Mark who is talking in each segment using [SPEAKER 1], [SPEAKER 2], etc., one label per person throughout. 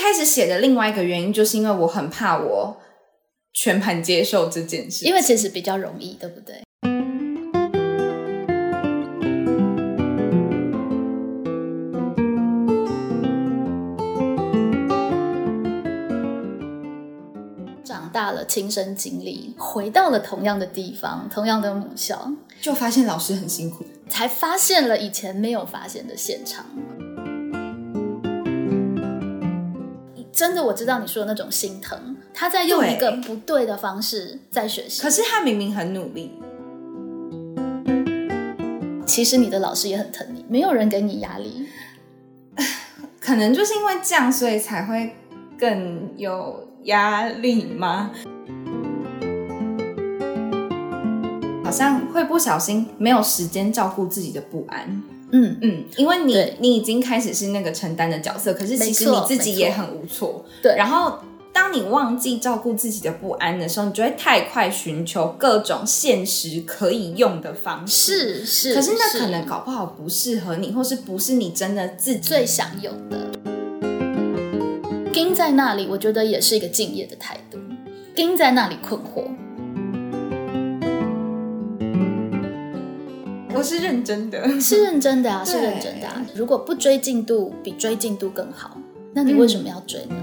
[SPEAKER 1] 开始写的另外一个原因，就是因为我很怕我全盘接受这件事，
[SPEAKER 2] 因为其实比较容易，对不对？长大了，亲身经历，回到了同样的地方，同样的母校，
[SPEAKER 1] 就发现老师很辛苦。
[SPEAKER 2] 才发现了以前没有发现的现场。真的，我知道你说的那种心疼，他在用一个
[SPEAKER 1] 对
[SPEAKER 2] 不对的方式在学习。
[SPEAKER 1] 可是他明明很努力，
[SPEAKER 2] 其实你的老师也很疼你，没有人给你压力。
[SPEAKER 1] 可能就是因为这样，所以才会更有压力吗？好像会不小心没有时间照顾自己的不安，
[SPEAKER 2] 嗯，
[SPEAKER 1] 嗯，因为你
[SPEAKER 2] 对
[SPEAKER 1] 你已经开始是那个承担的角色，可是其实
[SPEAKER 2] 没
[SPEAKER 1] 你
[SPEAKER 2] 错
[SPEAKER 1] 自己也很无措，
[SPEAKER 2] 对
[SPEAKER 1] 然后当你忘记照顾自己的不安的时候，你就会太快寻求各种现实可以用的方式，
[SPEAKER 2] 是是，
[SPEAKER 1] 可是那可能搞不好不适合你，或是不是你真的自己
[SPEAKER 2] 最想有的。盯在那里，我觉得也是一个敬业的态度。盯在那里困惑，
[SPEAKER 1] 我是认真的。
[SPEAKER 2] 是认真的啊，
[SPEAKER 1] 对
[SPEAKER 2] 是认真的啊。如果不追进度比追进度更好，那你为什么要追呢？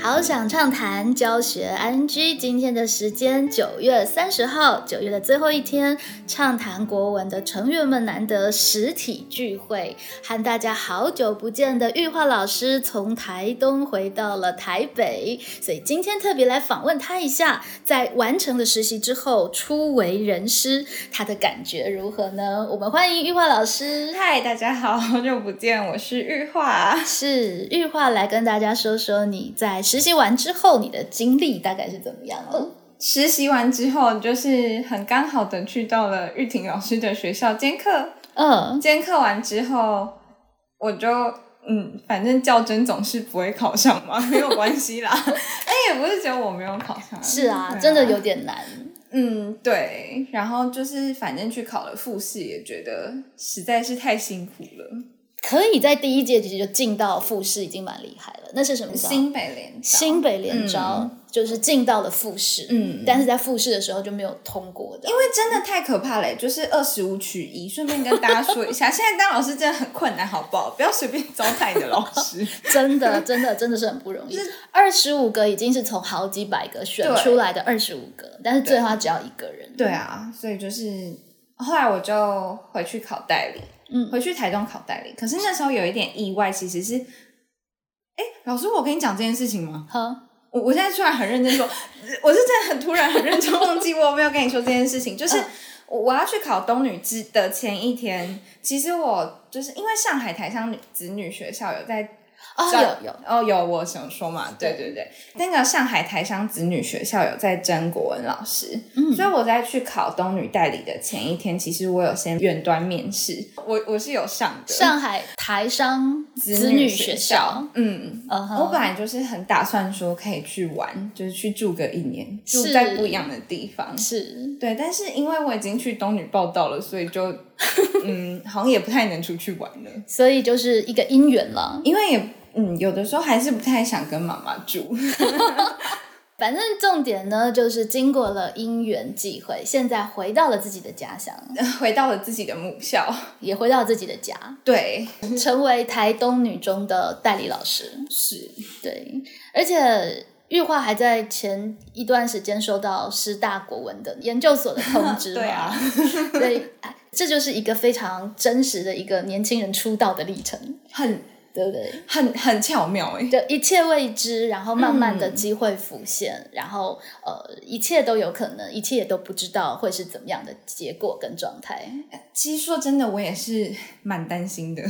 [SPEAKER 2] 好想畅谈教学 NG，今天的时间九月三十号，九月的最后一天，畅谈国文的成员们难得实体聚会，和大家好久不见的玉化老师从台东回到了台北，所以今天特别来访问他一下，在完成了实习之后初为人师，他的感觉如何呢？我们欢迎玉化老 师。
[SPEAKER 1] 嗨，大家好，好 久不见，我是玉化。
[SPEAKER 2] 是玉化来跟大家说说你在实习完之后你的经历大概是怎么样哦？
[SPEAKER 1] 实习完之后，就是很刚好的去到了玉婷老师的学校兼课。
[SPEAKER 2] 嗯，
[SPEAKER 1] 兼课完之后，我就嗯，反正较真总是不会考上 嘛，没有关系啦。哎、也不是只有我没有考上，
[SPEAKER 2] 是啊，
[SPEAKER 1] 对
[SPEAKER 2] 真的有点难。
[SPEAKER 1] 嗯对。然后就是反正去考了复试，也觉得实在是太辛苦了。
[SPEAKER 2] 可以在第一届就进到复试，已经蛮厉害了。那是什么招？
[SPEAKER 1] 啊
[SPEAKER 2] 啊
[SPEAKER 1] 新北联招
[SPEAKER 2] 新北联招、就是进到了复试，
[SPEAKER 1] 嗯
[SPEAKER 2] 但是在复试的时候就没有通过的，因
[SPEAKER 1] 因为真的太可怕了，就是二十五取一。顺便跟大家说一下， 现在当老师真的很困难，好不好？不要随便糟蹋你的老师。
[SPEAKER 2] 真的真的真的是很不容易。二十五个已经是从好几百个选
[SPEAKER 1] 对
[SPEAKER 2] 出来的二十五个，但是最后他只要一个人。
[SPEAKER 1] 对，啊，所以就是后来我就回去考代理，
[SPEAKER 2] 嗯
[SPEAKER 1] 回去台中考代理。可是那时候有一点意外，其实是，哎，老师，我跟你讲这件事情吗？
[SPEAKER 2] 好，
[SPEAKER 1] 我我现在突然很认真说， 我是真的很突然很认真忘记我有没有跟你说这件事情，就是。我我要去考东女之的前一天，其实我就是因为上海台商女子女学校有在
[SPEAKER 2] 哦，
[SPEAKER 1] 招
[SPEAKER 2] 有有，
[SPEAKER 1] 哦，有我想说嘛，对对对，那个上海台商子女学校有在征国文老师，
[SPEAKER 2] 嗯
[SPEAKER 1] 所以我在去考东女代理的前一天，其实我有先远端面试，我我是有上的
[SPEAKER 2] 上海台商
[SPEAKER 1] 子
[SPEAKER 2] 子
[SPEAKER 1] 女
[SPEAKER 2] 学
[SPEAKER 1] 校，，嗯。
[SPEAKER 2] 嗯哼，
[SPEAKER 1] 我本来就是很打算说可以去玩，就是去住个一年，住
[SPEAKER 2] 是
[SPEAKER 1] 在不一样的地方。
[SPEAKER 2] 是
[SPEAKER 1] 对，但是因为我已经去东女报道了，所以 就嗯，好像也不太能出去玩了，
[SPEAKER 2] 所以就是一个姻缘了。
[SPEAKER 1] 因为也嗯，有的时候还是不太想跟妈妈住。
[SPEAKER 2] 反正重点呢，就是经过了因缘际会，现在回到了自己的家乡，
[SPEAKER 1] 回到了自己的母校，
[SPEAKER 2] 也回到自己的家，
[SPEAKER 1] 对，
[SPEAKER 2] 成为台东女中的代理老师。
[SPEAKER 1] 是
[SPEAKER 2] 对，而且玉化还在前一段时间收到师大国文的研究所的通知，
[SPEAKER 1] 对啊，
[SPEAKER 2] 对，哎这就是一个非常真实的一个年轻人出道的历程。
[SPEAKER 1] 很
[SPEAKER 2] 对不对？
[SPEAKER 1] 很很巧妙哎、
[SPEAKER 2] 就一切未知，然后慢慢的
[SPEAKER 1] 嗯
[SPEAKER 2] 机会浮现，然后呃，一切都有可能，一切也都不知道会是怎么样的结果跟状态。
[SPEAKER 1] 其实说真的，我也是蛮担心的。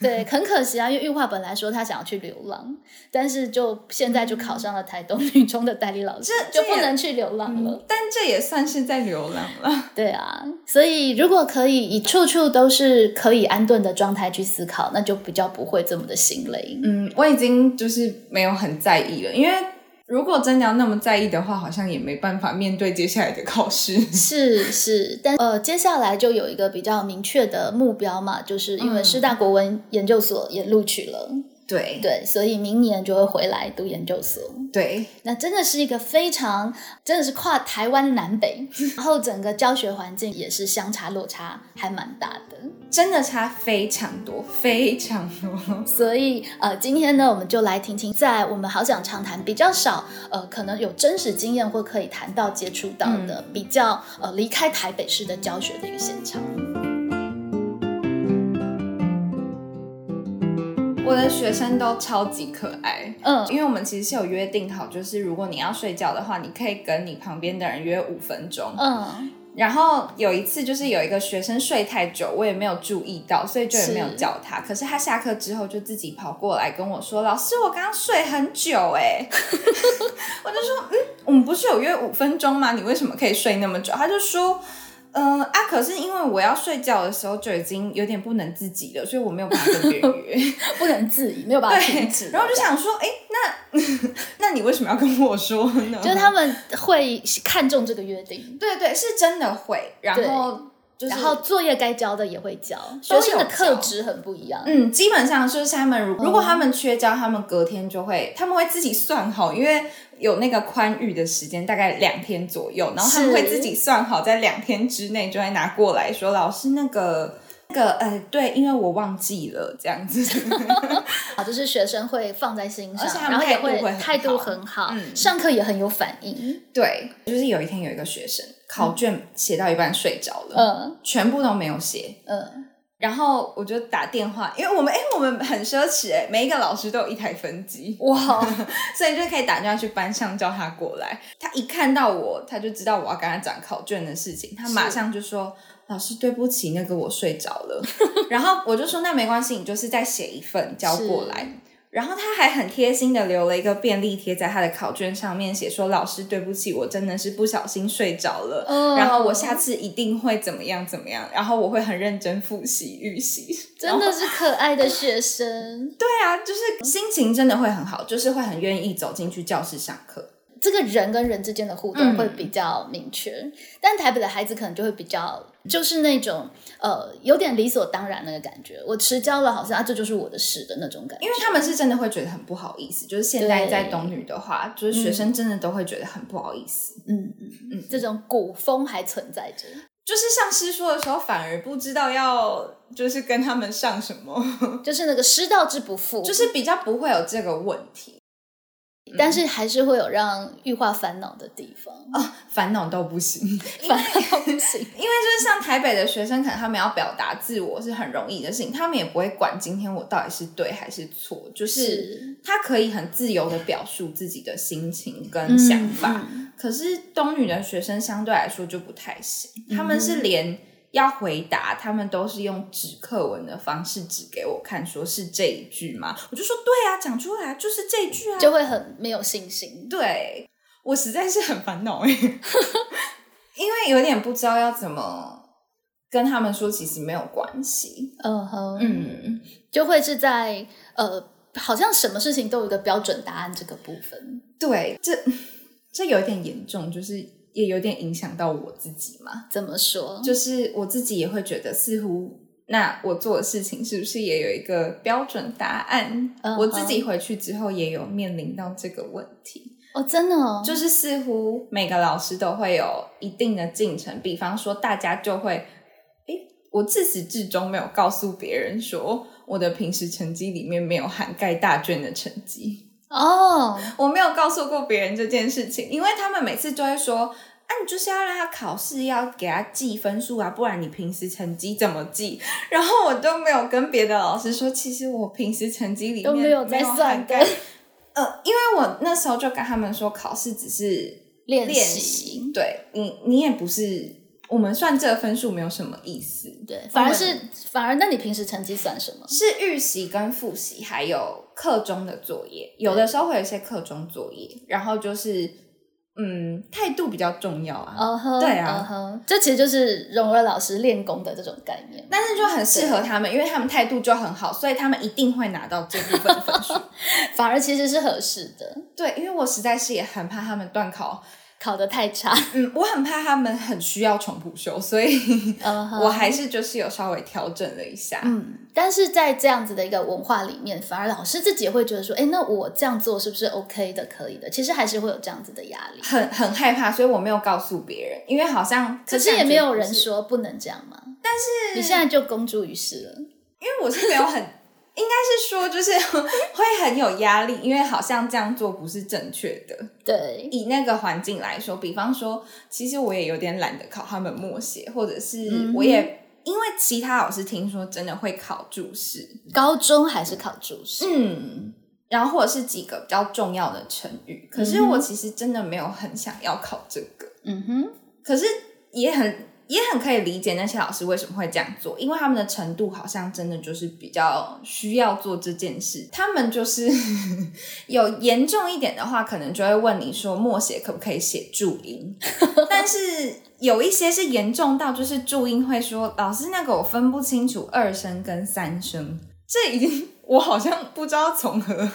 [SPEAKER 2] 对，很可惜啊，因为玉化本来说她想要去流浪，但是就现在就考上了台东女中的代理老师，
[SPEAKER 1] 这这
[SPEAKER 2] 就不
[SPEAKER 1] 也嗯
[SPEAKER 2] 能去流浪了。
[SPEAKER 1] 但这也算是在流浪了。
[SPEAKER 2] 对啊，所以如果可以以处处都是可以安顿的状态去思考，那就比较不会这么的心累。
[SPEAKER 1] 嗯，我已经就是没有很在意了，因为如果真的要那么在意的话，好像也没办法面对接下来的考试。
[SPEAKER 2] 是是，但呃，接下来就有一个比较明确的目标嘛，就是因为
[SPEAKER 1] 嗯
[SPEAKER 2] 师大国文研究所也录取了，
[SPEAKER 1] 对
[SPEAKER 2] 对，所以明年就会回来读研究所。
[SPEAKER 1] 对，
[SPEAKER 2] 那真的是一个非常，真的是跨台湾南北， 然后整个教学环境也是相差落差还蛮大的。
[SPEAKER 1] 真的差非常多，非常多。
[SPEAKER 2] 所以呃，今天呢，我们就来听听，在我们好想畅谈比较少，呃，可能有真实经验或可以谈到接触到的、比较呃离开台北市的教学的一个现场。
[SPEAKER 1] 我的学生都超级可爱。
[SPEAKER 2] 嗯，
[SPEAKER 1] 因为我们其实是有约定好，就是如果你要睡觉的话，你可以跟你旁边的人约五分钟。
[SPEAKER 2] 嗯，
[SPEAKER 1] 然后有一次就是有一个学生睡太久，我也没有注意到，所以就也没有叫他。可是他下课之后就自己跑过来跟我说：“老师，我刚刚睡很久哎、欸。” 我就说：“嗯，我们不是有约五分钟吗？你为什么可以睡那么久？”他就说。嗯、啊，可是因为我要睡觉的时候就已经有点不能自己了，所以我没有办法跟别人约。
[SPEAKER 2] 不能自已，没有办法停止。
[SPEAKER 1] 对，然后就想说，哎、那 那你为什么要跟我说呢？
[SPEAKER 2] 就是他们会看重这个约定，
[SPEAKER 1] 对对，是真的会，然后就是，
[SPEAKER 2] 然后作业该交的也会交，
[SPEAKER 1] 嗯都
[SPEAKER 2] 学
[SPEAKER 1] 有
[SPEAKER 2] 生的特
[SPEAKER 1] 交
[SPEAKER 2] 质很不一样。
[SPEAKER 1] 嗯，基本上就是他们如如
[SPEAKER 2] 哦
[SPEAKER 1] 果他们缺交，他们隔天就会，他们会自己算好，因为有那个宽裕的时间，大概两天左右，然后他们
[SPEAKER 2] 是
[SPEAKER 1] 会自己算好，在两天之内就会拿过来说，老师那个。那个呃，对，因为我忘记了这样子，
[SPEAKER 2] 啊，就是学生会放在心上
[SPEAKER 1] 而且，他们
[SPEAKER 2] 然后
[SPEAKER 1] 态度
[SPEAKER 2] 也
[SPEAKER 1] 会很
[SPEAKER 2] 态度
[SPEAKER 1] 好
[SPEAKER 2] 很好，
[SPEAKER 1] 嗯
[SPEAKER 2] 上课也很有反应。
[SPEAKER 1] 对，就是有一天有一个学生考卷写到一半睡着了，
[SPEAKER 2] 嗯
[SPEAKER 1] 全部都没有写，
[SPEAKER 2] 嗯，
[SPEAKER 1] 然后我就打电话，因为我们哎、我们很奢侈哎、每一个老师都有一台分机，
[SPEAKER 2] 哇，
[SPEAKER 1] 所以就可以打电话去班上叫他过来。他一看到我，他就知道我要跟他讲考卷的事情，他马上就说：“老师，对不起，那个我睡着了。” 然后我就说：“那没关系，你就是再写一份交过来。”然后他还很贴心的留了一个便利贴在他的考卷上面，写说：“老师，对不起，我真的是不小心睡着了。
[SPEAKER 2] 哦
[SPEAKER 1] 然后我下次一定会怎么样怎么样，然后我会很认真复习预习。
[SPEAKER 2] 真的是可爱的学生。
[SPEAKER 1] 对啊，就是心情真的会很好，就是会很愿意走进去教室上课。
[SPEAKER 2] 这个人跟人之间的互
[SPEAKER 1] 嗯
[SPEAKER 2] 动会比较明确，但台北的孩子可能就会比较，就是那种呃，有点理所当然那个感觉。我迟交了，好像啊，这就是我的事的那种感觉。
[SPEAKER 1] 因为他们是真的会觉得很不好意思，就是现在
[SPEAKER 2] 对
[SPEAKER 1] 在东女的话，就是学生真的都会觉得很不好意思，
[SPEAKER 2] 嗯嗯嗯，这种古风还存在着。
[SPEAKER 1] 就是上师说的时候，反而不知道要就是跟他们上什么，
[SPEAKER 2] 就是那个师道之不
[SPEAKER 1] 嗯
[SPEAKER 2] 复，
[SPEAKER 1] 就是嗯比较不会有这个问题，
[SPEAKER 2] 但是还是会有让玉化烦恼的地方，
[SPEAKER 1] 哦烦恼都不行。
[SPEAKER 2] 烦恼到不行。
[SPEAKER 1] 因为就是像台北的学生，可能他们要表达自我是很容易的事情，他们也不会管今天我到底是对还是错， 就是
[SPEAKER 2] 是
[SPEAKER 1] 他可以很自由的表述自己的心情跟想法。
[SPEAKER 2] 嗯
[SPEAKER 1] 可是东女的学生相对来说就不太行，他们是连要回答，他们都是用指课文的方式指给我看，说是这一句吗？我就说对啊，讲出来啊就是这一句啊，
[SPEAKER 2] 就会很没有信心。
[SPEAKER 1] 对我实在是很烦恼哎， 因为有点不知道要怎么跟他们说，其实没有关系，
[SPEAKER 2] 嗯哼，
[SPEAKER 1] 嗯，
[SPEAKER 2] 就会是在呃，好像什么事情都有一个标准答案这个部分。
[SPEAKER 1] 对，这这有点严重，就是也有点影响到我自己嘛，
[SPEAKER 2] 怎么说？
[SPEAKER 1] 就是我自己也会觉得，似乎那我做的事情是不是也有一个标准答案？
[SPEAKER 2] 嗯
[SPEAKER 1] 我自己回去之后也有面临到这个问题，
[SPEAKER 2] 哦，真的哦，
[SPEAKER 1] 就是似乎每个老师都会有一定的进程，比方说大家就会，诶，我自始至终没有告诉别人说。我的平时成绩里面没有涵盖大卷的成绩，
[SPEAKER 2] 哦，
[SPEAKER 1] 我没有告诉过别人这件事情，因为他们每次都会说：“啊，啊，你就是要让他考试，要给他记分数啊，不然你平时成绩怎么记？ 然后我都没有跟别的老师说，其实我平时成绩里面
[SPEAKER 2] 都没有在算
[SPEAKER 1] 涵盖。呃，因为我那时候就跟他们说，考试只是
[SPEAKER 2] 练
[SPEAKER 1] 练习，对你，你也不是我们算这个分数没有什么意思，
[SPEAKER 2] 对，反而是反而，那你平时成绩算什么？
[SPEAKER 1] 是预习跟复习，还有课中的作业，有的时候会有一些课中作业，然后就是嗯，态度比较重要啊。
[SPEAKER 2] 哦呵，
[SPEAKER 1] 对啊
[SPEAKER 2] 嗯哼，这其实就是荣儿老师练功的这种概念。
[SPEAKER 1] 但是就很适合他们，因为他们态度就很好，所以他们一定会拿到这部分分 数。
[SPEAKER 2] 反而其实是合适的，
[SPEAKER 1] 对，因为我实在是也很怕他们断考，
[SPEAKER 2] 考得太差。
[SPEAKER 1] 嗯，我很怕他们很需要重补修，所以
[SPEAKER 2] 嗯哼
[SPEAKER 1] 我还是就是有稍微调整了一下。
[SPEAKER 2] 嗯，但是在这样子的一个文化里面，反而老师自己也会觉得说，哎，那我这样做是不是 OK 的、可以的？其实还是会有这样子的压力。
[SPEAKER 1] 很很害怕，所以我没有告诉别人，因为好像
[SPEAKER 2] 可是也没有人，说不能这样嘛。但是你现在就公诸于世了。
[SPEAKER 1] 因为我是没有很，应该是说就是 会很有压力，因为好像这样做不是正确的。
[SPEAKER 2] 对，
[SPEAKER 1] 以那个环境来说，比方说，其实我也有点懒得考他们默写，或者是
[SPEAKER 2] 嗯
[SPEAKER 1] 我也、因为其他老师听说真的会考注释，
[SPEAKER 2] 高中还是考注释。
[SPEAKER 1] 嗯，然后或者是几个比较重要的成语，可是
[SPEAKER 2] 嗯哼
[SPEAKER 1] 我其实真的没有很想要考这个，
[SPEAKER 2] 嗯哼，
[SPEAKER 1] 可是也很也很可以理解那些老师为什么会这样做，因为他们的程度好像真的就是比较需要做这件事。他们就是 有严重一点的话，可能就会问你说默写可不可以写注音， 但是有一些是严重到就是注音会说老师那个我分不清楚二声跟三声，这已经我好像不知道从何。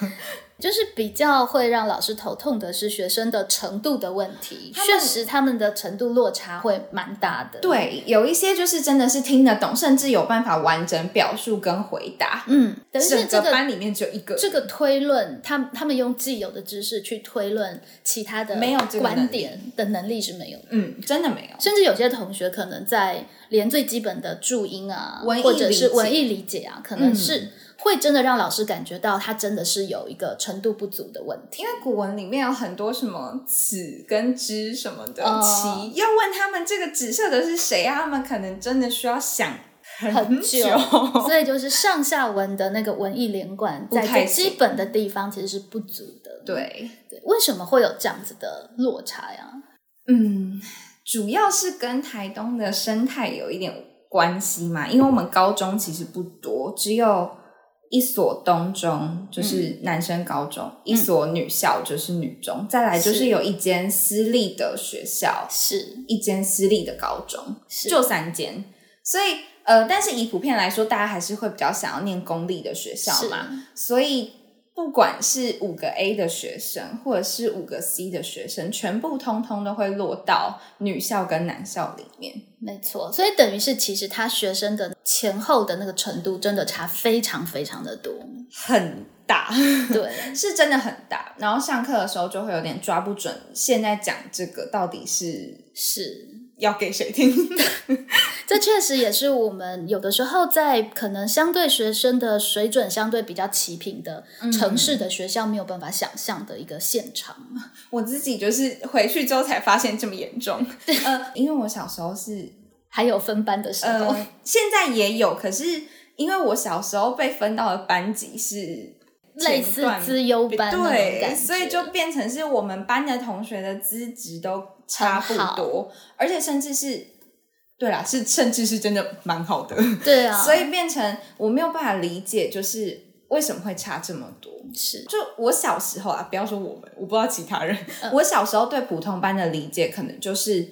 [SPEAKER 2] 就是比较会让老师头痛的是学生的程度的问题，
[SPEAKER 1] 他
[SPEAKER 2] 确
[SPEAKER 1] 们
[SPEAKER 2] 实他们的程度落差会蛮大的。，
[SPEAKER 1] 对，有一些就是真的是听得懂，甚至有办法完整表述跟回答。
[SPEAKER 2] 嗯，等于是
[SPEAKER 1] 整
[SPEAKER 2] 这
[SPEAKER 1] 个
[SPEAKER 2] 个
[SPEAKER 1] 班里面只有一个，
[SPEAKER 2] 这个推论，他们他们用既有的知识去推论其他的
[SPEAKER 1] 没有这个能力
[SPEAKER 2] 观点的能力是没有的。
[SPEAKER 1] 嗯，真的没有。
[SPEAKER 2] 甚至有些同学可能在连最基本的注音啊，
[SPEAKER 1] 文艺
[SPEAKER 2] 或者
[SPEAKER 1] 理解嗯
[SPEAKER 2] 是文艺理解啊，可能是会真的让老师感觉到他真的是有一个程度不足的问题
[SPEAKER 1] 因。为古文里面有很多什么子跟之什么的
[SPEAKER 2] 哦
[SPEAKER 1] 棋，要问他们这个紫色的是谁啊？他们可能真的需要想
[SPEAKER 2] 很
[SPEAKER 1] 久。
[SPEAKER 2] 所以就是上下文的那个文艺连贯，在
[SPEAKER 1] 太
[SPEAKER 2] 最基本的地方其实是不足的。
[SPEAKER 1] 对，
[SPEAKER 2] 对，为什么会有这样子的落差呀？
[SPEAKER 1] 嗯，主要是跟台东的生态有一点关系嘛，因为我们高中其实不多，只有一所东中，就是男生高中；一所女校，就是女中；再来嗯就是是有一间私立的学校，
[SPEAKER 2] 是
[SPEAKER 1] 一间私立的高中。
[SPEAKER 2] 是，
[SPEAKER 1] 就三间，所以呃，但是以普遍来说，大家还是会比较想要念公立的学校
[SPEAKER 2] 是
[SPEAKER 1] 嘛，所以不管是五个 A 的学生，或者是五个 C 的学生，全部通通都会落到女校跟男校里面。
[SPEAKER 2] 没错，所以等于是其实他学生的前后的那个程度真的差非常非常的多，
[SPEAKER 1] 很大，
[SPEAKER 2] 对，
[SPEAKER 1] 是真的很大。然后上课的时候就会有点抓不准，现在讲这个到底是
[SPEAKER 2] 是。
[SPEAKER 1] 要给谁听？
[SPEAKER 2] 这确实也是我们有的时候在可能相对学生的水准相对比较齐平的
[SPEAKER 1] 嗯
[SPEAKER 2] 城市的学校没有办法想象的一个现场。
[SPEAKER 1] 我自己就是回去之后才发现这么严重。呃，因为我小时候是
[SPEAKER 2] 还有分班的时候，
[SPEAKER 1] 呃，现在也有，可是因为我小时候被分到的班级是
[SPEAKER 2] 类
[SPEAKER 1] 前
[SPEAKER 2] 似
[SPEAKER 1] 段
[SPEAKER 2] 资优班那种
[SPEAKER 1] 对，
[SPEAKER 2] 感觉，
[SPEAKER 1] 所以就变成是我们班的同学的资质都差不
[SPEAKER 2] 很好
[SPEAKER 1] 多，而且甚至是，对啦，是甚至是真的蛮好的，
[SPEAKER 2] 对啊，
[SPEAKER 1] 所以变成我没有办法理解，就是为什么会差这么多。
[SPEAKER 2] 是
[SPEAKER 1] 就我小时候啊，不要说我们，我不知道其他人。
[SPEAKER 2] 嗯
[SPEAKER 1] 我小时候对普通班的理解，可能就是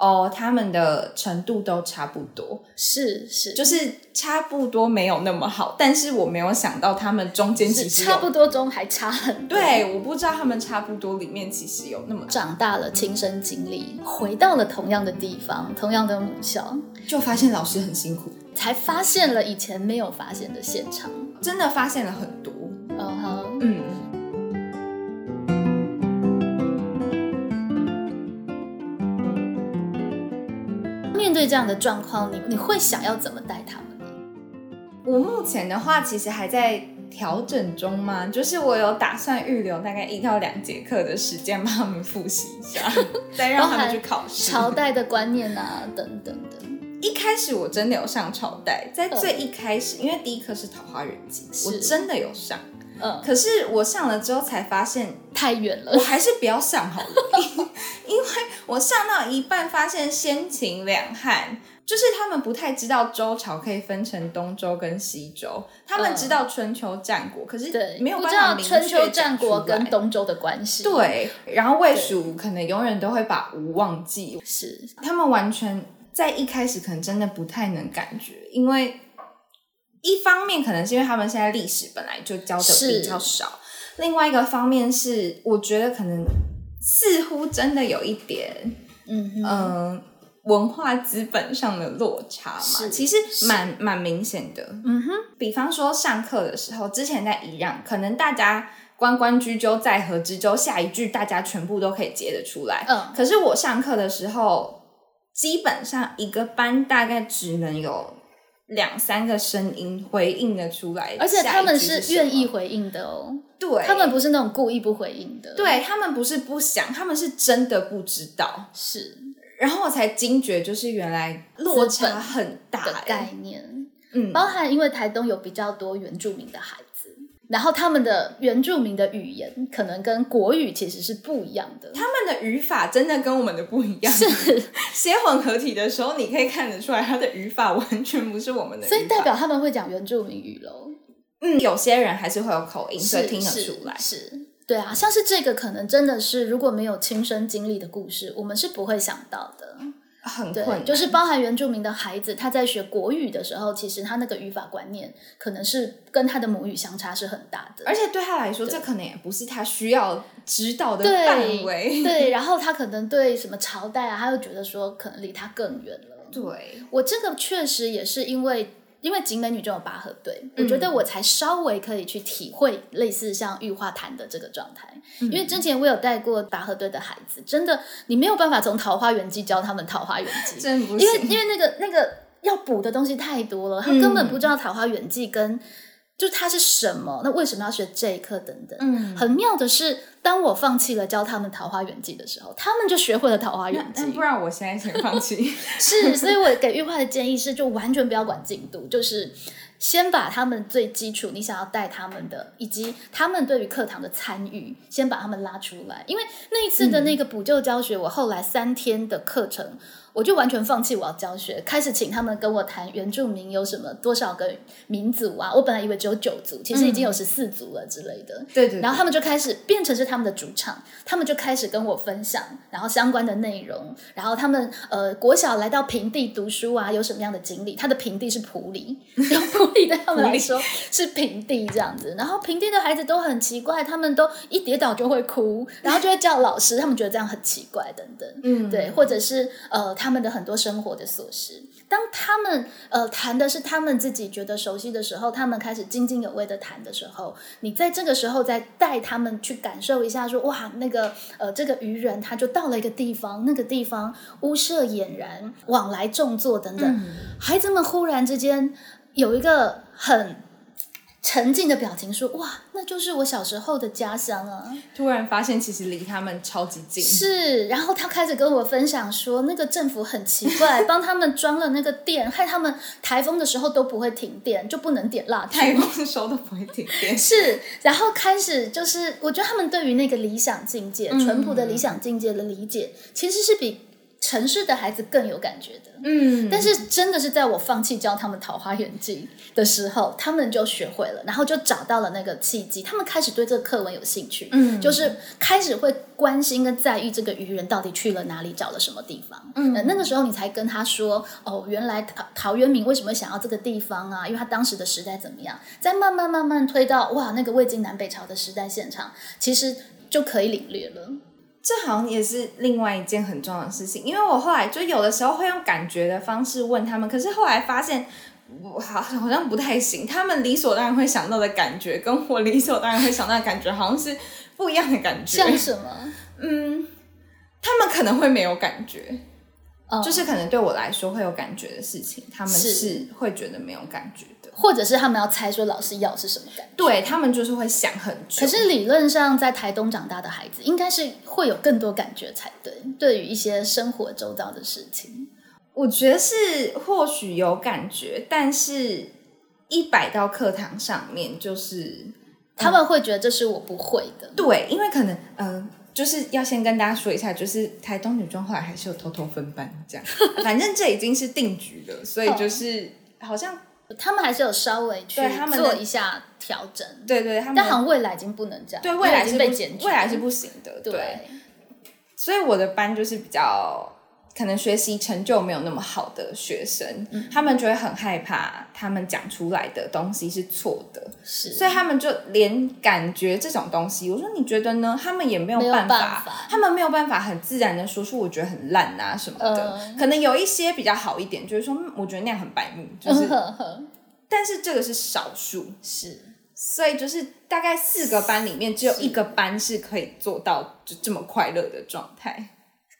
[SPEAKER 1] 哦，他们的程度都差不多，
[SPEAKER 2] 是是，
[SPEAKER 1] 就是差不多没有那么好，但是我没有想到他们中间其
[SPEAKER 2] 是
[SPEAKER 1] 实
[SPEAKER 2] 差
[SPEAKER 1] 多。
[SPEAKER 2] 不多中还差很多。
[SPEAKER 1] 对，我不知道他们差不多里面其实有那么，
[SPEAKER 2] 长大了，亲身经历，回到了同样的地方，同样的母校，
[SPEAKER 1] 就发现老师很辛苦，
[SPEAKER 2] 才发现了以前没有发现的现场。
[SPEAKER 1] 真的发现了很多。
[SPEAKER 2] 嗯哼，
[SPEAKER 1] 嗯，
[SPEAKER 2] 面对这样的状况，你你会想要怎么带他们呢？
[SPEAKER 1] 我目前的话其实还在调整中吗？就是我有打算预留大概一到两节课的时间，帮他们复习一下， 再让他们去考试。
[SPEAKER 2] 朝代的观念啊，等等等。
[SPEAKER 1] 一开始我真的有上朝代，在最一开始，因为第一课嗯是《桃花源记》，
[SPEAKER 2] 是
[SPEAKER 1] 我真的有上。
[SPEAKER 2] 嗯，
[SPEAKER 1] 可是我上了之后才发现，
[SPEAKER 2] 太远了
[SPEAKER 1] 我。还是不要上好了，因 为我上到一半发现先秦两汉。就是他们不太知道周朝可以分成东周跟西周，他们
[SPEAKER 2] 嗯
[SPEAKER 1] 知道春秋战国，可是
[SPEAKER 2] 对，
[SPEAKER 1] 没有
[SPEAKER 2] 不
[SPEAKER 1] 办
[SPEAKER 2] 知
[SPEAKER 1] 法
[SPEAKER 2] 道
[SPEAKER 1] 明确
[SPEAKER 2] 春秋
[SPEAKER 1] 讲
[SPEAKER 2] 战国
[SPEAKER 1] 出来
[SPEAKER 2] 跟东周的关系。，
[SPEAKER 1] 对，然后魏蜀可能永远都会把吴忘记，
[SPEAKER 2] 是
[SPEAKER 1] 他们完全在一开始可能真的不太能感觉，因为一方面可能是因为他们现在历史本来就教的
[SPEAKER 2] 是
[SPEAKER 1] 比较少，另外一个方面是我觉得可能似乎真的有一点
[SPEAKER 2] 嗯哼，
[SPEAKER 1] 嗯、呃文化资本上的落差嘛
[SPEAKER 2] 是，
[SPEAKER 1] 其实蛮蛮明显的，
[SPEAKER 2] 嗯哼，
[SPEAKER 1] 比方说上课的时候，之前在一样，可能大家关关雎鸠，在河之洲，下一句大家全部都可以接得出来。
[SPEAKER 2] 嗯
[SPEAKER 1] 可是我上课的时候，基本上一个班大概只能有两三个声音回应的出来，
[SPEAKER 2] 而且他们
[SPEAKER 1] 下一句
[SPEAKER 2] 是
[SPEAKER 1] 什么
[SPEAKER 2] 愿意回应的哦，
[SPEAKER 1] 对，
[SPEAKER 2] 他们不是那种故意不回应的。，
[SPEAKER 1] 对他们不是不想，他们是真的不知道。
[SPEAKER 2] 是
[SPEAKER 1] 然后我才惊觉，就是原来落
[SPEAKER 2] 资本
[SPEAKER 1] 差很大、
[SPEAKER 2] 的概
[SPEAKER 1] 欸。
[SPEAKER 2] 念，
[SPEAKER 1] 嗯，
[SPEAKER 2] 包含因为台东有比较多原住民的孩子。然后他们的原住民的语言可能跟国语其实是不一样的，
[SPEAKER 1] 他们的语法真的跟我们的不一样。写混合体的时候，你可以看得出来，它的语法完全不是我们的语法。
[SPEAKER 2] 所以代表他们会讲原住民语喽。
[SPEAKER 1] 嗯，有些人还是会有口音，所以
[SPEAKER 2] 是
[SPEAKER 1] 听得
[SPEAKER 2] 是
[SPEAKER 1] 出来。
[SPEAKER 2] 是，对啊，像是这个可能真的是如果没有亲身经历的故事，我们是不会想到的。
[SPEAKER 1] 很困
[SPEAKER 2] 对，
[SPEAKER 1] 难，
[SPEAKER 2] 就是包含原住民的孩子，他在学国语的时候，其实他那个语法观念可能是跟他的母语相差是很大的。
[SPEAKER 1] 而且对他来说，这可能也不是他需要知道的范
[SPEAKER 2] 对
[SPEAKER 1] 围。
[SPEAKER 2] 对，然后他可能对什么朝代啊，他又觉得说可能离他更远了。
[SPEAKER 1] 对，
[SPEAKER 2] 我这个确实也是因为。因为景美女中有拔河队，我觉
[SPEAKER 1] 嗯
[SPEAKER 2] 得我才稍微可以去体会类似像玉化坛的这个状态。
[SPEAKER 1] 嗯
[SPEAKER 2] 因为之前我有带过拔河队的孩子，真的你没有办法从《桃花源记》教他们《桃花源记》，
[SPEAKER 1] 真不
[SPEAKER 2] 因为
[SPEAKER 1] 行。
[SPEAKER 2] 因为那个那个要补的东西太多了，他
[SPEAKER 1] 嗯
[SPEAKER 2] 根本不知道《桃花源记》跟就它是什么，那为什么要学这一课等等。
[SPEAKER 1] 嗯，
[SPEAKER 2] 很妙的是，当我放弃了教他们《桃花源记》的时候，他们就学会了《桃花源记
[SPEAKER 1] 那》不。然我现在先放弃。
[SPEAKER 2] 是，所以我给玉化的建议是，就完全不要管进度，就是先把他们最基础你想要带他们的，以及他们对于课堂的参与，先把他们拉出来。因为那一次的那个补救教学，我后来三天的课程，我就完全放弃我要教学，开始请他们跟我谈原住民有什么多少个民族啊，我本来以为只有九族，其实已经有十四族了之类的。
[SPEAKER 1] 对对对
[SPEAKER 2] 然后他们就开始变成是他们的主场，他们就开始跟我分享，然后相关的内容，然后他们呃国小来到平地读书啊，有什么样的经历？他的平地是普里， 然后普里对他们来说是平地这样子，然后平地的孩子都很奇怪，他们都一跌倒就会哭，然后就会叫老师，他们觉得这样很奇怪等等。
[SPEAKER 1] 嗯，
[SPEAKER 2] 对，或者是呃他们的很多生活的琐事。当他们呃谈的是他们自己觉得熟悉的时候，他们开始津津有味的谈的时候，你在这个时候再带他们去感受一下说，哇，那个呃这个渔人他就到了一个地方，那个地方屋舍俨然，往来种作等等，孩子们忽然之间有一个很。沉静的表情说：“哇，那就是我小时候的家乡啊！”
[SPEAKER 1] 突然发现其实离他们超级近。
[SPEAKER 2] 是，然后他开始跟我分享说，那个政府很奇怪，帮他们装了那个电，害他们台风的时候都不会停电，就不能点蜡烛。
[SPEAKER 1] 台风的时候都不会停电。
[SPEAKER 2] 是，然后开始就是，我觉得他们对于那个理想境界、
[SPEAKER 1] 嗯
[SPEAKER 2] 淳朴的理想境界的理解，其实是比城市的孩子更有感觉的。
[SPEAKER 1] 嗯，
[SPEAKER 2] 但是真的是在我放弃教他们《桃花源记》的时候，他们就学会了，然后就找到了那个契机，他们开始对这个课文有兴趣，
[SPEAKER 1] 嗯
[SPEAKER 2] 就是开始会关心跟在意这个渔人到底去了哪里，找了什么地方。嗯、那个时候你才跟他说，哦，原来陶陶渊明为什么会想要这个地方啊？因为他当时的时代怎么样？再慢慢慢慢推到哇，那个魏晋南北朝的时代现场，其实就可以领略了。
[SPEAKER 1] 这好像也是另外一件很重要的事情，因为我后来就有的时候会用感觉的方式问他们，可是后来发现。我好好像不太行，他们理所当然会想到的感觉，跟我理所当然会想到的感觉好像是不一样的感觉。
[SPEAKER 2] 像什 么？
[SPEAKER 1] 嗯，他们可能会没有感觉，
[SPEAKER 2] 嗯
[SPEAKER 1] 就是可能对我来说会有感觉的事情，他们
[SPEAKER 2] 是
[SPEAKER 1] 是会觉得没有感觉的。
[SPEAKER 2] 或者是他们要猜说老师要是什么感觉。
[SPEAKER 1] 对他们就是会想很久。
[SPEAKER 2] 可是理论上，在台东长大的孩子，应该是会有更多感觉才对，对于一些生活周遭的事情。
[SPEAKER 1] 我觉得是或许有感觉，但是一摆到课堂上面，就是
[SPEAKER 2] 他们会觉得这是我不会的，
[SPEAKER 1] 嗯对，因为可能嗯。呃就是要先跟大家说一下，就是台东女装后来还是有偷偷分班这样，反正这已经是定局了，所以
[SPEAKER 2] 哦
[SPEAKER 1] 就是好像
[SPEAKER 2] 他们还是有稍微去
[SPEAKER 1] 对他们的
[SPEAKER 2] 做一下调整。
[SPEAKER 1] 对对，他们
[SPEAKER 2] 但好像未来已经不能这样，
[SPEAKER 1] 对未来
[SPEAKER 2] 已
[SPEAKER 1] 是不
[SPEAKER 2] 经被检举了，
[SPEAKER 1] 未来是不行的，
[SPEAKER 2] 对。
[SPEAKER 1] 对。所以我的班就是比较可能学习成就没有那么好的学生，他们就会很害怕他们讲出来的东西是错的，
[SPEAKER 2] 是，
[SPEAKER 1] 所以他们就连感觉这种东西，我说你觉得呢？他们也没有办
[SPEAKER 2] 没有办法
[SPEAKER 1] 他们没有办法很自然的说出我觉得很烂啊什么的。
[SPEAKER 2] 嗯
[SPEAKER 1] 可能有一些比较好一点，就是说嗯我觉得那样很白目，就是，
[SPEAKER 2] 呵呵
[SPEAKER 1] 但是这个是少数，
[SPEAKER 2] 是
[SPEAKER 1] 所以就是大概四个班里面只有一个班是可以做到就这么快乐的状态。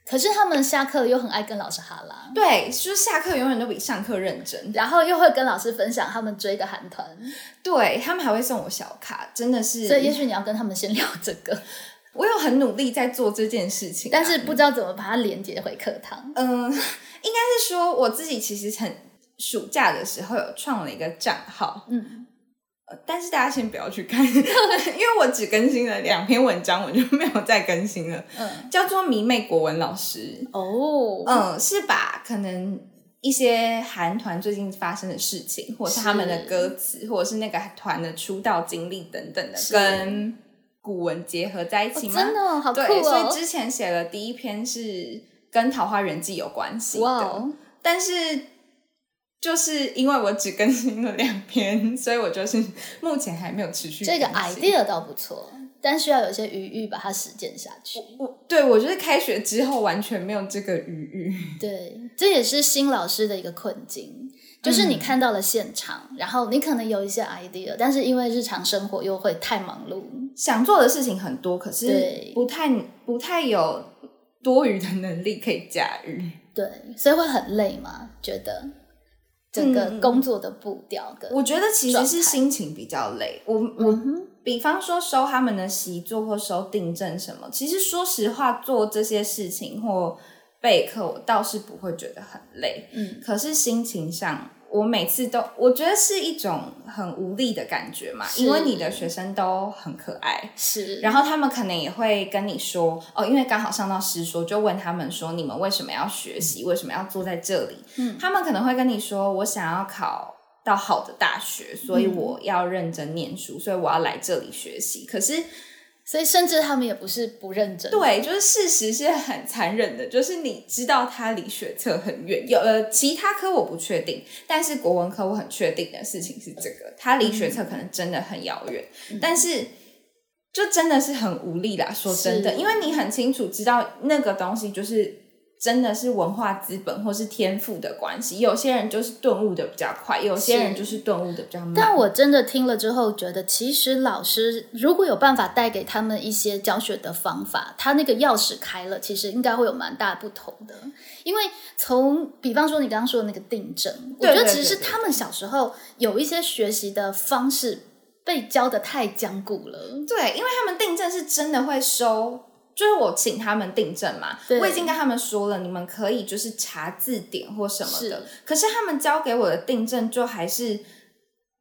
[SPEAKER 2] 可是他们下课又很爱跟老师哈拉，
[SPEAKER 1] 对，就是下课永远都比上课认真。
[SPEAKER 2] 然后又会跟老师分享他们追的韩团，
[SPEAKER 1] 对他们还会送我小卡，真的是
[SPEAKER 2] 所，以也许你要跟他们先聊这个，
[SPEAKER 1] 我有很努力在做这件事情啊、
[SPEAKER 2] 但是不知道怎么把它连接回课堂。
[SPEAKER 1] 嗯，应该是说我自己其实很暑假的时候有创了一个账号，
[SPEAKER 2] 嗯，
[SPEAKER 1] 呃但是大家先不要去看， 因为我只更新了两篇文章，我就没有再更新了。
[SPEAKER 2] 嗯，
[SPEAKER 1] 叫做迷妹国文老师，
[SPEAKER 2] 哦，
[SPEAKER 1] 嗯，是把可能一些韩团最近发生的事情，或者是他们的
[SPEAKER 2] 是
[SPEAKER 1] 歌词，或者是那个团的出道经历等等的，
[SPEAKER 2] 是
[SPEAKER 1] 跟古文结合在一起
[SPEAKER 2] 哦
[SPEAKER 1] 吗？
[SPEAKER 2] 真的哦好酷
[SPEAKER 1] 对，所以
[SPEAKER 2] 哦！
[SPEAKER 1] 之前写了第一篇是跟《桃花源记》有关系的。
[SPEAKER 2] 哇哦，
[SPEAKER 1] 但是就是因为我只更新了两篇，所以我就是目前还没有持续
[SPEAKER 2] 这个
[SPEAKER 1] 更新
[SPEAKER 2] idea 倒不错，但需要有些余裕把它实践下去。
[SPEAKER 1] 我对我就是开学之后完全没有这个余裕，
[SPEAKER 2] 对，这也是新老师的一个困境，就是你看到了现场，然后你可能有一些 idea，但是因为日常生活又会太忙碌，
[SPEAKER 1] 想做的事情很多，可是
[SPEAKER 2] 对
[SPEAKER 1] 不太不太有多余的能力可以驾驭。
[SPEAKER 2] 对，所以会很累嘛，觉得整个
[SPEAKER 1] 嗯
[SPEAKER 2] 工作的步调跟、
[SPEAKER 1] 我嗯觉得其实
[SPEAKER 2] 状
[SPEAKER 1] 是
[SPEAKER 2] 态嗯
[SPEAKER 1] 心情比较累，我我、比方说收他们的习作或收订正什么，其实说实话做这些事情或备课，我倒是不会觉得很累，
[SPEAKER 2] 嗯，
[SPEAKER 1] 可是心情上，我每次都我觉得是一种很无力的感觉嘛，
[SPEAKER 2] 是
[SPEAKER 1] 因为你的学生都很可爱，
[SPEAKER 2] 是，
[SPEAKER 1] 然
[SPEAKER 2] 后
[SPEAKER 1] 后他们可能也会跟你说哦，因为刚好上到师说，就问他们说你们为什么要学习，为什么要坐在这里？
[SPEAKER 2] 嗯
[SPEAKER 1] 他们可能会跟你说，我想要考。到好的大学，所以
[SPEAKER 2] 嗯
[SPEAKER 1] 我要认真念书，所以我要来这里学习。可是，
[SPEAKER 2] 所以甚至他们也不是不认真，，
[SPEAKER 1] 对，就是事实是很残忍的，就是你知道它离学测很远。有呃，其他科我不确定，但是国文科我很确定的事情是这个，它离
[SPEAKER 2] 嗯
[SPEAKER 1] 学测可能真的很遥远，但是。就真的是很无力啦，说真的，
[SPEAKER 2] 是
[SPEAKER 1] 因为你很清楚知道那个东西就是真的是文化资本或是天赋的关系。有些人就是顿悟的比较快，有些人
[SPEAKER 2] 是
[SPEAKER 1] 就是顿悟的比较慢。
[SPEAKER 2] 但我真的听了之后，觉得其实老师如果有办法带给他们一些教学的方法，他那个钥匙开了，其实应该会有蛮大不同的。因为从比方说你刚刚说的那个定正，我
[SPEAKER 1] 对
[SPEAKER 2] 觉得
[SPEAKER 1] 对
[SPEAKER 2] 其
[SPEAKER 1] 对
[SPEAKER 2] 实是
[SPEAKER 1] 对
[SPEAKER 2] 他们小时候有一些学习的方式被教的太僵固了。
[SPEAKER 1] 对，因为他们订正是真的会收，就是我请他们订正嘛，
[SPEAKER 2] 对
[SPEAKER 1] 我已经跟他们说了，你们可以就是查字典或什么的
[SPEAKER 2] 是。
[SPEAKER 1] 可是他们交给我的订正就还是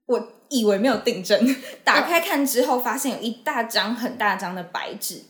[SPEAKER 1] 我以为没有订正，打开看之后发现有一大张很大张的白纸。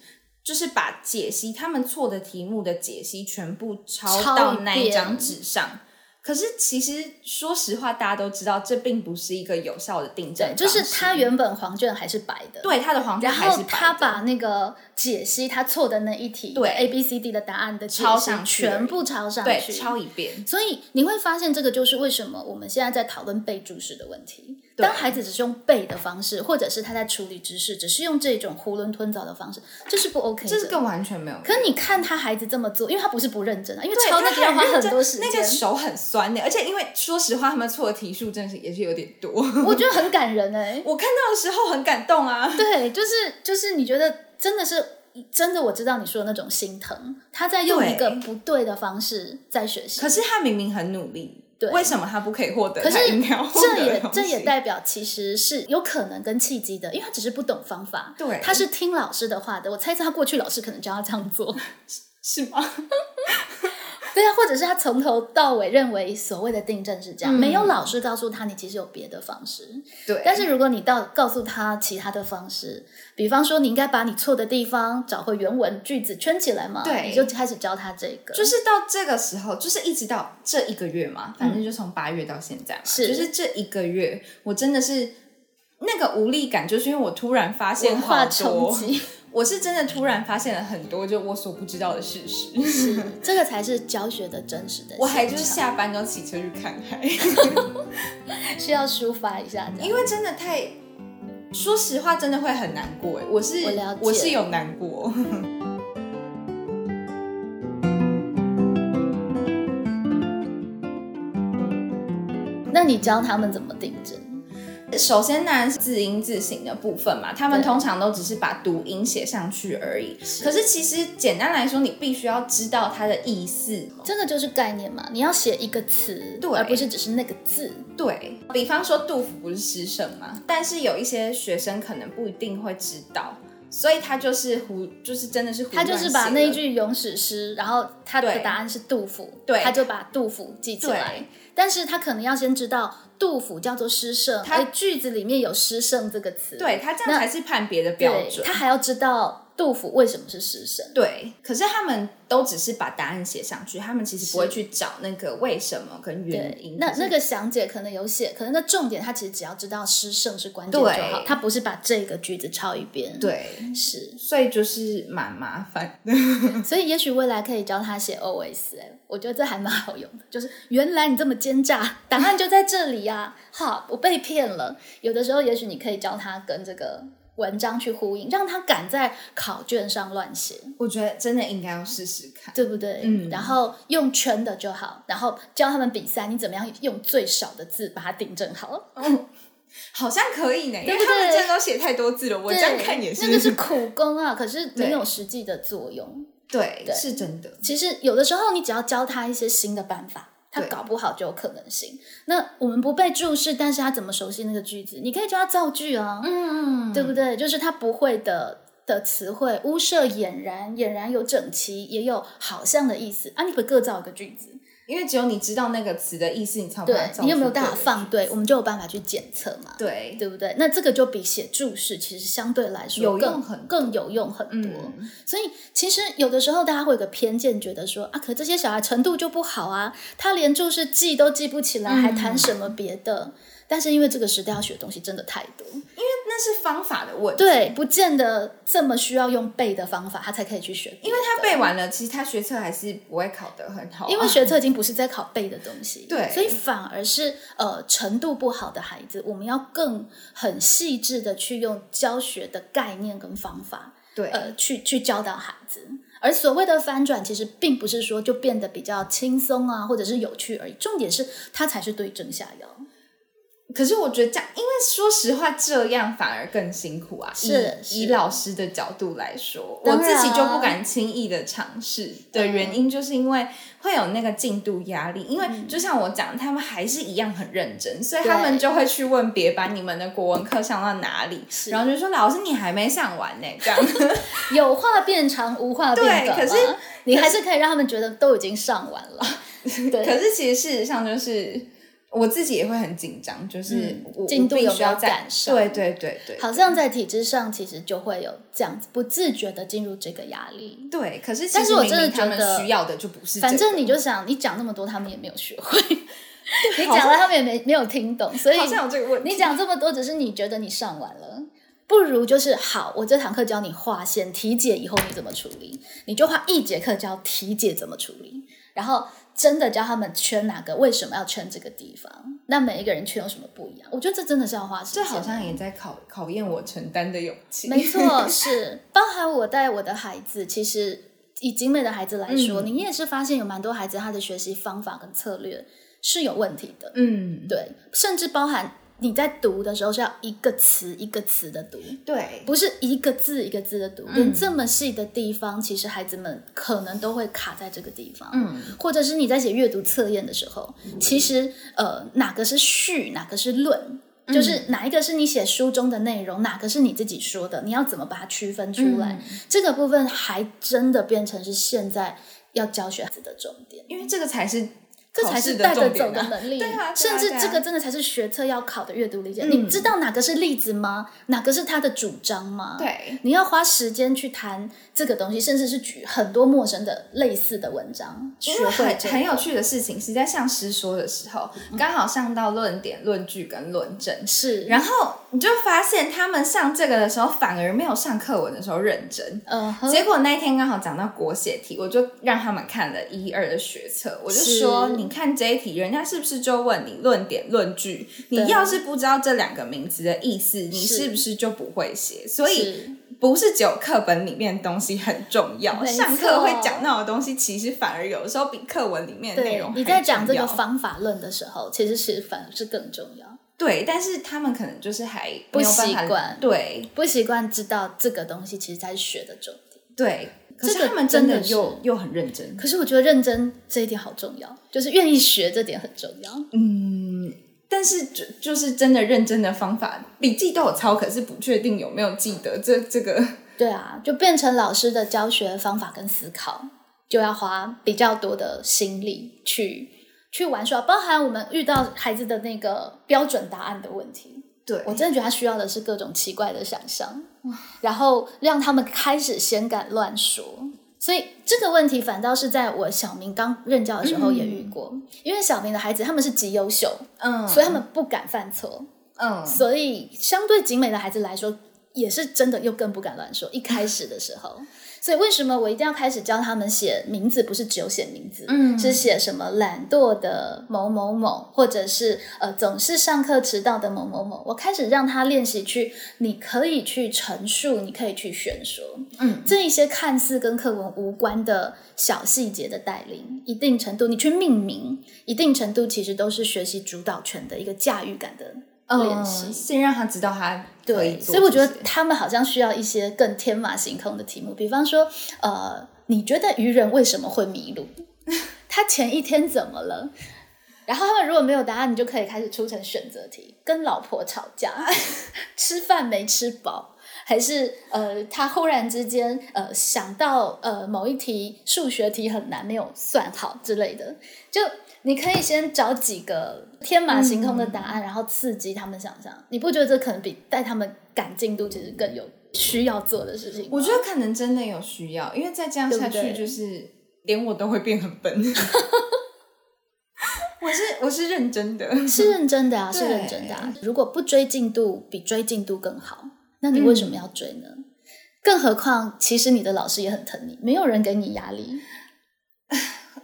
[SPEAKER 1] 就是把解析他们错的题目的解析全部抄
[SPEAKER 2] 抄
[SPEAKER 1] 到
[SPEAKER 2] 一
[SPEAKER 1] 那一张
[SPEAKER 2] 遍
[SPEAKER 1] 纸上，可是其实说实话，大家都知道这并不是一个有效的订正方
[SPEAKER 2] 对，
[SPEAKER 1] 式，
[SPEAKER 2] 就是他原本黄卷还是白的，
[SPEAKER 1] 对他的黄标
[SPEAKER 2] 然
[SPEAKER 1] 还是
[SPEAKER 2] 后
[SPEAKER 1] 白
[SPEAKER 2] 他
[SPEAKER 1] 的
[SPEAKER 2] 把那个解析他错的那一题，
[SPEAKER 1] 对
[SPEAKER 2] A B C D 的答案的解析
[SPEAKER 1] 抄上去而已
[SPEAKER 2] 全部抄上
[SPEAKER 1] 对
[SPEAKER 2] 去，
[SPEAKER 1] 抄一遍，
[SPEAKER 2] 所以你会发现，这个就是为什么我们现在在讨论背注释的问题。当孩子只是用背的方式，或者是他在处理知识，只是用这种囫囵吞枣的方式，这是不 OK 的。
[SPEAKER 1] 这是个完全没有用。
[SPEAKER 2] 可你看他孩子这么做，因为他不是不认真啊，因为
[SPEAKER 1] 对
[SPEAKER 2] 抄那
[SPEAKER 1] 他
[SPEAKER 2] 个要花
[SPEAKER 1] 认
[SPEAKER 2] 很
[SPEAKER 1] 真
[SPEAKER 2] 多时间，
[SPEAKER 1] 那个手很酸欸的，而且因为说实话，他们错的题数真的是也是有点 多。
[SPEAKER 2] 我觉得很感人哎、
[SPEAKER 1] 我看到的时候很感动啊，
[SPEAKER 2] 对，就是就是，你觉得真的是真的，我知道你说的那种心疼，他在用一个
[SPEAKER 1] 对
[SPEAKER 2] 不对的方式在学习。
[SPEAKER 1] 可是他明明很努力，
[SPEAKER 2] 对
[SPEAKER 1] 为什么他不可以获得
[SPEAKER 2] 可是
[SPEAKER 1] 他应该要获
[SPEAKER 2] 这
[SPEAKER 1] 得的
[SPEAKER 2] 也
[SPEAKER 1] 东西？
[SPEAKER 2] 这也代表其实是有可能跟契机的，因为他只是不懂方法，
[SPEAKER 1] 对
[SPEAKER 2] 他是听老师的话的。我猜测他过去老师可能教他这样做，
[SPEAKER 1] 是 吗？
[SPEAKER 2] 对啊，或者是他从头到尾认为所谓的订正是这
[SPEAKER 1] 嗯
[SPEAKER 2] 样，没有老师告诉他你其实有别的方式。
[SPEAKER 1] 对，
[SPEAKER 2] 但是如果你到告诉他其他的方式，比方说你应该把你错的地方找回原文句子圈起来嘛，
[SPEAKER 1] 对
[SPEAKER 2] 你就开始教他这个，
[SPEAKER 1] 就是到这个时候，就是一直到这一个月嘛，反正就从八月到现在嘛，
[SPEAKER 2] 是
[SPEAKER 1] 就是这一个月，我真的是那个无力感，就是因为我突然发现
[SPEAKER 2] 文
[SPEAKER 1] 好
[SPEAKER 2] 化冲
[SPEAKER 1] 多，
[SPEAKER 2] 击，
[SPEAKER 1] 我是真的突然发现了很多就我所不知道的事实。
[SPEAKER 2] 是这个才是教学的真实的现场。
[SPEAKER 1] 我还就是下班都骑车去看海，
[SPEAKER 2] 需要抒发一下，这 样
[SPEAKER 1] 因为真的太，说实话真的会很难过哎，我是
[SPEAKER 2] 我了解
[SPEAKER 1] 是有难过，
[SPEAKER 2] 那你教他们怎么定制？
[SPEAKER 1] 首先当然是字音字形的部分嘛，他们
[SPEAKER 2] 对
[SPEAKER 1] 通常都只是把读音写上去而已。可是其实简单来说，你必须要知道它的意思。
[SPEAKER 2] 真的就是概念嘛，你要写一个词，
[SPEAKER 1] 对
[SPEAKER 2] 而不是只是那个字。
[SPEAKER 1] 对比方说，杜甫不是诗圣嘛，但是有一些学生可能不一定会知道，所以他就是胡，就是真的是胡
[SPEAKER 2] 他
[SPEAKER 1] 乱
[SPEAKER 2] 就是把
[SPEAKER 1] 写
[SPEAKER 2] 那
[SPEAKER 1] 了
[SPEAKER 2] 句咏史诗，然后他的
[SPEAKER 1] 对
[SPEAKER 2] 答案是杜甫，
[SPEAKER 1] 对
[SPEAKER 2] 他就把杜甫记起来
[SPEAKER 1] 对。
[SPEAKER 2] 但是他可能要先知道杜甫叫做诗圣，
[SPEAKER 1] 他
[SPEAKER 2] 而句子里面有诗圣这个词，
[SPEAKER 1] 对他这样
[SPEAKER 2] 那
[SPEAKER 1] 才是判别的标
[SPEAKER 2] 对，
[SPEAKER 1] 准嗯
[SPEAKER 2] 他。还要知道杜甫为什么是诗圣。
[SPEAKER 1] 对，可是他们都只是把答案写上去，他们其实不会去找那个为什么跟原
[SPEAKER 2] 对
[SPEAKER 1] 因。，
[SPEAKER 2] 那
[SPEAKER 1] 就是
[SPEAKER 2] 那个详解可能有写，可能那重点他其实只要知道诗圣是关键就
[SPEAKER 1] 对
[SPEAKER 2] 好，他不是把这个句子抄一遍。，
[SPEAKER 1] 对，
[SPEAKER 2] 是。
[SPEAKER 1] 所以就是蛮麻烦的。
[SPEAKER 2] 所以也许未来可以教他写 OS，、欸、我觉得这还蛮好用的。就是原来你这么奸诈，答案就在这里呀、 好，我被骗了。有的时候，也许你可以教他跟这个文章去呼应，让他敢在考卷上乱写，
[SPEAKER 1] 我觉得真的应该要试试看。
[SPEAKER 2] 对不对？
[SPEAKER 1] 嗯
[SPEAKER 2] 然后用圈的就好，然后教他们比赛，你怎么样用最少的字把它订正好。
[SPEAKER 1] 哦好像可以呢，因
[SPEAKER 2] 对
[SPEAKER 1] 为
[SPEAKER 2] 不对
[SPEAKER 1] 他们真的都写太多字了，我这样看也是，
[SPEAKER 2] 那个是苦工啊，可是没
[SPEAKER 1] 对
[SPEAKER 2] 有实际的作用。
[SPEAKER 1] 对，
[SPEAKER 2] 对
[SPEAKER 1] 是真的，
[SPEAKER 2] 其实有的时候你只要教他一些新的办法，他
[SPEAKER 1] 对
[SPEAKER 2] 搞不好就有可能性。那我们不被注视，但是他怎么熟悉那个句子？你可以教他造句啊，
[SPEAKER 1] 嗯，
[SPEAKER 2] 对不对？就是他不会的。的词汇，屋舍俨然，俨然有整齐，也有好像的意思啊！你可不可以各造一个句子，
[SPEAKER 1] 因为只有你知道那个词的意思，你才有办
[SPEAKER 2] 对
[SPEAKER 1] 法造
[SPEAKER 2] 你有没有
[SPEAKER 1] 出对
[SPEAKER 2] 办
[SPEAKER 1] 的
[SPEAKER 2] 法放对，我们就有办法去检测嘛，
[SPEAKER 1] 对，
[SPEAKER 2] 对不对？那这个就比写注释其实相对来说
[SPEAKER 1] 有
[SPEAKER 2] 更
[SPEAKER 1] 用很
[SPEAKER 2] 更有用很多。
[SPEAKER 1] 嗯，
[SPEAKER 2] 所以其实有的时候大家会有个偏见，觉得说啊，可这些小孩程度就不好啊，他连注释记都记不起来，
[SPEAKER 1] 嗯
[SPEAKER 2] 还谈什么别的？但是因为这个时代要学的东西真的太多，
[SPEAKER 1] 那是方法的问题。
[SPEAKER 2] 对，不见得这么需要用背的方法，他才可以去学别的。因为
[SPEAKER 1] 他背完了，其实他学测还是不会考得很好啊，
[SPEAKER 2] 因为学测已经不是在考背的东西，
[SPEAKER 1] 对
[SPEAKER 2] 所以反而是呃程度不好的孩子，我们要更很细致的去用教学的概念跟方法，
[SPEAKER 1] 对
[SPEAKER 2] 呃，去去教导孩子。而所谓的翻转，其实并不是说就变得比较轻松啊，或者是有趣而已。重点是它才是对症下药。
[SPEAKER 1] 可是我觉得这样，因为说实话，这样反而更辛苦啊。
[SPEAKER 2] 是是
[SPEAKER 1] 以以老师的角度来说，我
[SPEAKER 2] 当然啊
[SPEAKER 1] 自己就不敢轻易的尝试的原因，就是因为会有那个进度压力。因为
[SPEAKER 2] 嗯
[SPEAKER 1] 就像我讲，他们还是一样很认真，所以他们
[SPEAKER 2] 对
[SPEAKER 1] 就会去问别班你们的国文课上到哪里，然后就说老师你还没上完 呢、这样。
[SPEAKER 2] 有话变长，无话变
[SPEAKER 1] 对
[SPEAKER 2] 短嘛。
[SPEAKER 1] 可是
[SPEAKER 2] 你还是可以让他们觉得都已经上完了。 对，
[SPEAKER 1] 可是其实事实上就是。我自己也会很紧张，就是
[SPEAKER 2] 嗯
[SPEAKER 1] 我、我
[SPEAKER 2] 进度有
[SPEAKER 1] 必
[SPEAKER 2] 没
[SPEAKER 1] 须
[SPEAKER 2] 有
[SPEAKER 1] 要在
[SPEAKER 2] 赶上
[SPEAKER 1] 对对对对，
[SPEAKER 2] 好像在体制上，其实就会有这样子不自觉的进入这个压力。
[SPEAKER 1] 对。可是其
[SPEAKER 2] 但
[SPEAKER 1] 实
[SPEAKER 2] 是我
[SPEAKER 1] 明
[SPEAKER 2] 真的
[SPEAKER 1] 明他
[SPEAKER 2] 觉得
[SPEAKER 1] 们需要的就不是这个、
[SPEAKER 2] 反正你就想，你讲那么多，他们也没有 学会，你
[SPEAKER 1] 好
[SPEAKER 2] 讲
[SPEAKER 1] 像
[SPEAKER 2] 了，他们也没没有听懂，所 以
[SPEAKER 1] 好像有这个问题。
[SPEAKER 2] 你讲这么多，只是你觉得你上完了，不如就是好，我这堂课教你划线题解，以后你怎么处理，你就花一节课教题解怎么处理，然后真的教他们圈哪个，为什么要圈这个地方，那每一个人圈有什么不一样？我觉得这真的是要花时间
[SPEAKER 1] 这
[SPEAKER 2] 的。
[SPEAKER 1] 好像也在考考验我承担的勇气。
[SPEAKER 2] 没错，是包含我带我的孩子，其实以景美的孩子来说，
[SPEAKER 1] 嗯
[SPEAKER 2] 你也是发现有蛮多孩子他的学习方法跟策略是有问题的。
[SPEAKER 1] 嗯，
[SPEAKER 2] 对，甚至包含你在读的时候是要一个词一个词的读，
[SPEAKER 1] 对，
[SPEAKER 2] 不是一个字一个字的
[SPEAKER 1] 嗯
[SPEAKER 2] 读，连这么细的地方，其实孩子们可能都会卡在这个地方。
[SPEAKER 1] 嗯，
[SPEAKER 2] 或者是你在写阅读测验的时候，其实呃哪个是序，哪个是论，
[SPEAKER 1] 嗯
[SPEAKER 2] 就是哪一个是你写书中的内容，哪个是你自己说的，你要怎么把它区分出
[SPEAKER 1] 嗯
[SPEAKER 2] 来？这个部分还真的变成是现在要教学孩子的重点。
[SPEAKER 1] 因为这个才是
[SPEAKER 2] 这
[SPEAKER 1] 考
[SPEAKER 2] 才
[SPEAKER 1] 试
[SPEAKER 2] 是
[SPEAKER 1] 的
[SPEAKER 2] 带
[SPEAKER 1] 重
[SPEAKER 2] 着走
[SPEAKER 1] 点
[SPEAKER 2] 的
[SPEAKER 1] 啊。
[SPEAKER 2] 能力，
[SPEAKER 1] 对啊对啊
[SPEAKER 2] 甚至
[SPEAKER 1] 对啊
[SPEAKER 2] 这个真的才是学测要考的阅读理解。
[SPEAKER 1] 嗯
[SPEAKER 2] 你知道哪个是例子吗？哪个是他的主张吗？，
[SPEAKER 1] 对，
[SPEAKER 2] 你要花时间去谈这个东西，甚至是举很多陌生的类似的文章，
[SPEAKER 1] 因
[SPEAKER 2] 学
[SPEAKER 1] 为
[SPEAKER 2] 会
[SPEAKER 1] 很
[SPEAKER 2] 这
[SPEAKER 1] 很
[SPEAKER 2] 个嗯
[SPEAKER 1] 有趣的事情是在上师说的时候，刚好上到论点、论据跟论证，
[SPEAKER 2] 是，
[SPEAKER 1] 然后你就发现他们上这个的时候反而没有上课文的时候认真。
[SPEAKER 2] 嗯哼，
[SPEAKER 1] 结果那一天刚好讲到国写题，我就让他们看了一二的学测，我就是说，你看这一题，人家是不是就问你论点、论据？
[SPEAKER 2] 对
[SPEAKER 1] 你要是不知道这两个名词的意思，你
[SPEAKER 2] 是
[SPEAKER 1] 是不是就不会写？所以
[SPEAKER 2] 是
[SPEAKER 1] 不是只有课本里面的东西很重要，
[SPEAKER 2] 没错
[SPEAKER 1] 上课会讲到的东西，其实反而有的时候比课文里面的内
[SPEAKER 2] 对
[SPEAKER 1] 容还
[SPEAKER 2] 你在讲这
[SPEAKER 1] 重
[SPEAKER 2] 个
[SPEAKER 1] 要
[SPEAKER 2] 方法论的时候，其实是反而是更重要。
[SPEAKER 1] 对，但是他们可能就是还
[SPEAKER 2] 不
[SPEAKER 1] 没有办法
[SPEAKER 2] 习惯
[SPEAKER 1] 对
[SPEAKER 2] 不习惯知道这个东西，其实才是学的重点。
[SPEAKER 1] 对，可
[SPEAKER 2] 这
[SPEAKER 1] 是
[SPEAKER 2] 个
[SPEAKER 1] 他们
[SPEAKER 2] 真的
[SPEAKER 1] 的
[SPEAKER 2] 是
[SPEAKER 1] 又又很认真，
[SPEAKER 2] 可是我觉得认真这一点好重要，就是愿意学这点很重要。
[SPEAKER 1] 但是就就是真的认真的方法，笔记都有抄，可是不确定有没有记得这这个。
[SPEAKER 2] 对啊，就变成老师的教学方法跟思考，就要花比较多的心力去去玩耍，包含我们遇到孩子的那个标准答案的问题。
[SPEAKER 1] 对
[SPEAKER 2] 我真的觉得他需要的是各种奇怪的想象，然后让他们开始先敢乱说。所以这个问题反倒是在我小明刚任教的时候也遇过，因为小明的孩子他们是极优秀，
[SPEAKER 1] 嗯
[SPEAKER 2] 所以他们不敢犯错。
[SPEAKER 1] 嗯，
[SPEAKER 2] 所以相对景美的孩子来说，也是真的又更不敢乱说。一开始的时候，所以为什么我一定要开始教他们写名字？不是只有写名字，
[SPEAKER 1] 嗯
[SPEAKER 2] 是写什么懒惰的某某某，或者是呃总是上课迟到的某某某。我开始让他练习去，你可以去陈述，你可以去宣说，
[SPEAKER 1] 嗯，
[SPEAKER 2] 这一些看似跟课文无关的小细节的带领，一定程度你去命名，一定程度其实都是学习主导权的一个驾驭感的练
[SPEAKER 1] 嗯，
[SPEAKER 2] 习。
[SPEAKER 1] 先让他知道他可以
[SPEAKER 2] 对，
[SPEAKER 1] 做
[SPEAKER 2] 所以我觉得
[SPEAKER 1] 这些
[SPEAKER 2] 他们好像需要一些更天马行空的题目，比方说，呃，你觉得愚人为什么会 迷路？他前一天怎么了？然后他们如果没有答案，你就可以开始出成选择题，跟老婆吵架，吃饭没吃饱，还是呃，他忽然之间呃想到呃某一题数学题很难，没有算好之类的，就你可以先找几个天马行空的答案，然后刺激他们想象。你不觉得这可能比带他们赶进度其实更有需要做的事情吗？
[SPEAKER 1] 我觉得可能真的有需要，因为再这样下
[SPEAKER 2] 对
[SPEAKER 1] 去，
[SPEAKER 2] 不对
[SPEAKER 1] 就是连我都会变很笨。 我是我是认真的，
[SPEAKER 2] 是认真的啊，
[SPEAKER 1] 对
[SPEAKER 2] 是认真的啊。如果不追进度比追进度更好，那你为什么要追呢？更何况，其实你的老师也很疼你，没有人给你压力。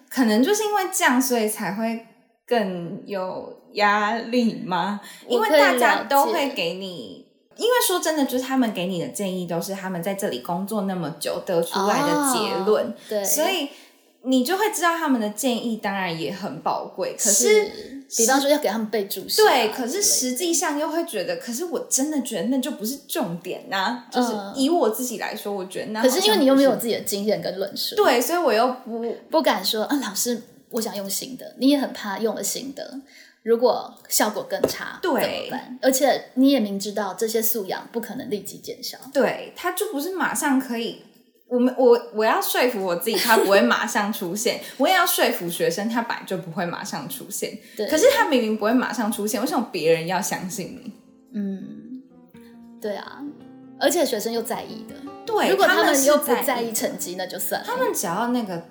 [SPEAKER 1] 可能就是因为这样，所以才会更有压力吗？因为
[SPEAKER 2] 我可以
[SPEAKER 1] 大家
[SPEAKER 2] 了解
[SPEAKER 1] 都会给你。因为说真的，就是他们给你的建议都是他们在这里工作那么久得出来的结论，
[SPEAKER 2] 哦对，
[SPEAKER 1] 所以你就会知道他们的建议当然也很宝贵。可是，
[SPEAKER 2] 是比方说要给他们背注释啊之
[SPEAKER 1] 对，
[SPEAKER 2] 类的，
[SPEAKER 1] 可是实际上又会觉得，可是我真的觉得那就不是重点呐、就是
[SPEAKER 2] 嗯
[SPEAKER 1] 以我自己来说，我觉得那
[SPEAKER 2] 可是因为你又
[SPEAKER 1] 有
[SPEAKER 2] 没有自己的经验跟论述，
[SPEAKER 1] 对，所以我又不
[SPEAKER 2] 不敢说啊，老师，我想用新的，你也很怕用了新的，如果效果更差，
[SPEAKER 1] 对
[SPEAKER 2] 怎么办？而且你也明知道这些素养不可能立即见效，
[SPEAKER 1] 对，他就不是马上可以。我们我我要说服我自己，他不会马上出现；我也要说服学生，他本来就不会马上出现。
[SPEAKER 2] 对
[SPEAKER 1] 可是他明明不会马上出现，为什么别人要相信你？
[SPEAKER 2] 嗯，对啊，而且学生又在意的，
[SPEAKER 1] 对，
[SPEAKER 2] 如果
[SPEAKER 1] 他
[SPEAKER 2] 们
[SPEAKER 1] 是
[SPEAKER 2] 又不
[SPEAKER 1] 在
[SPEAKER 2] 在
[SPEAKER 1] 意
[SPEAKER 2] 意成绩，那就算
[SPEAKER 1] 他
[SPEAKER 2] 了。
[SPEAKER 1] 们只要那个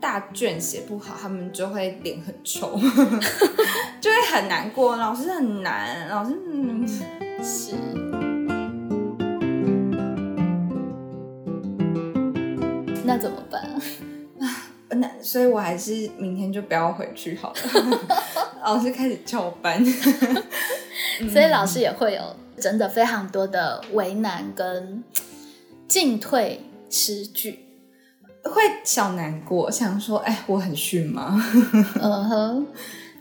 [SPEAKER 1] 大卷写不好，他们就会脸很 臭，就会很难过。老师很难，老师嗯，
[SPEAKER 2] 是。那怎么办、啊？
[SPEAKER 1] 那所以我还是明天就不要回去好了。 老师开始翘班，
[SPEAKER 2] 所以老师也会有真的非常多的为难跟进退失据。
[SPEAKER 1] 会小难过，想说哎，我很逊吗？
[SPEAKER 2] 嗯嗯哼，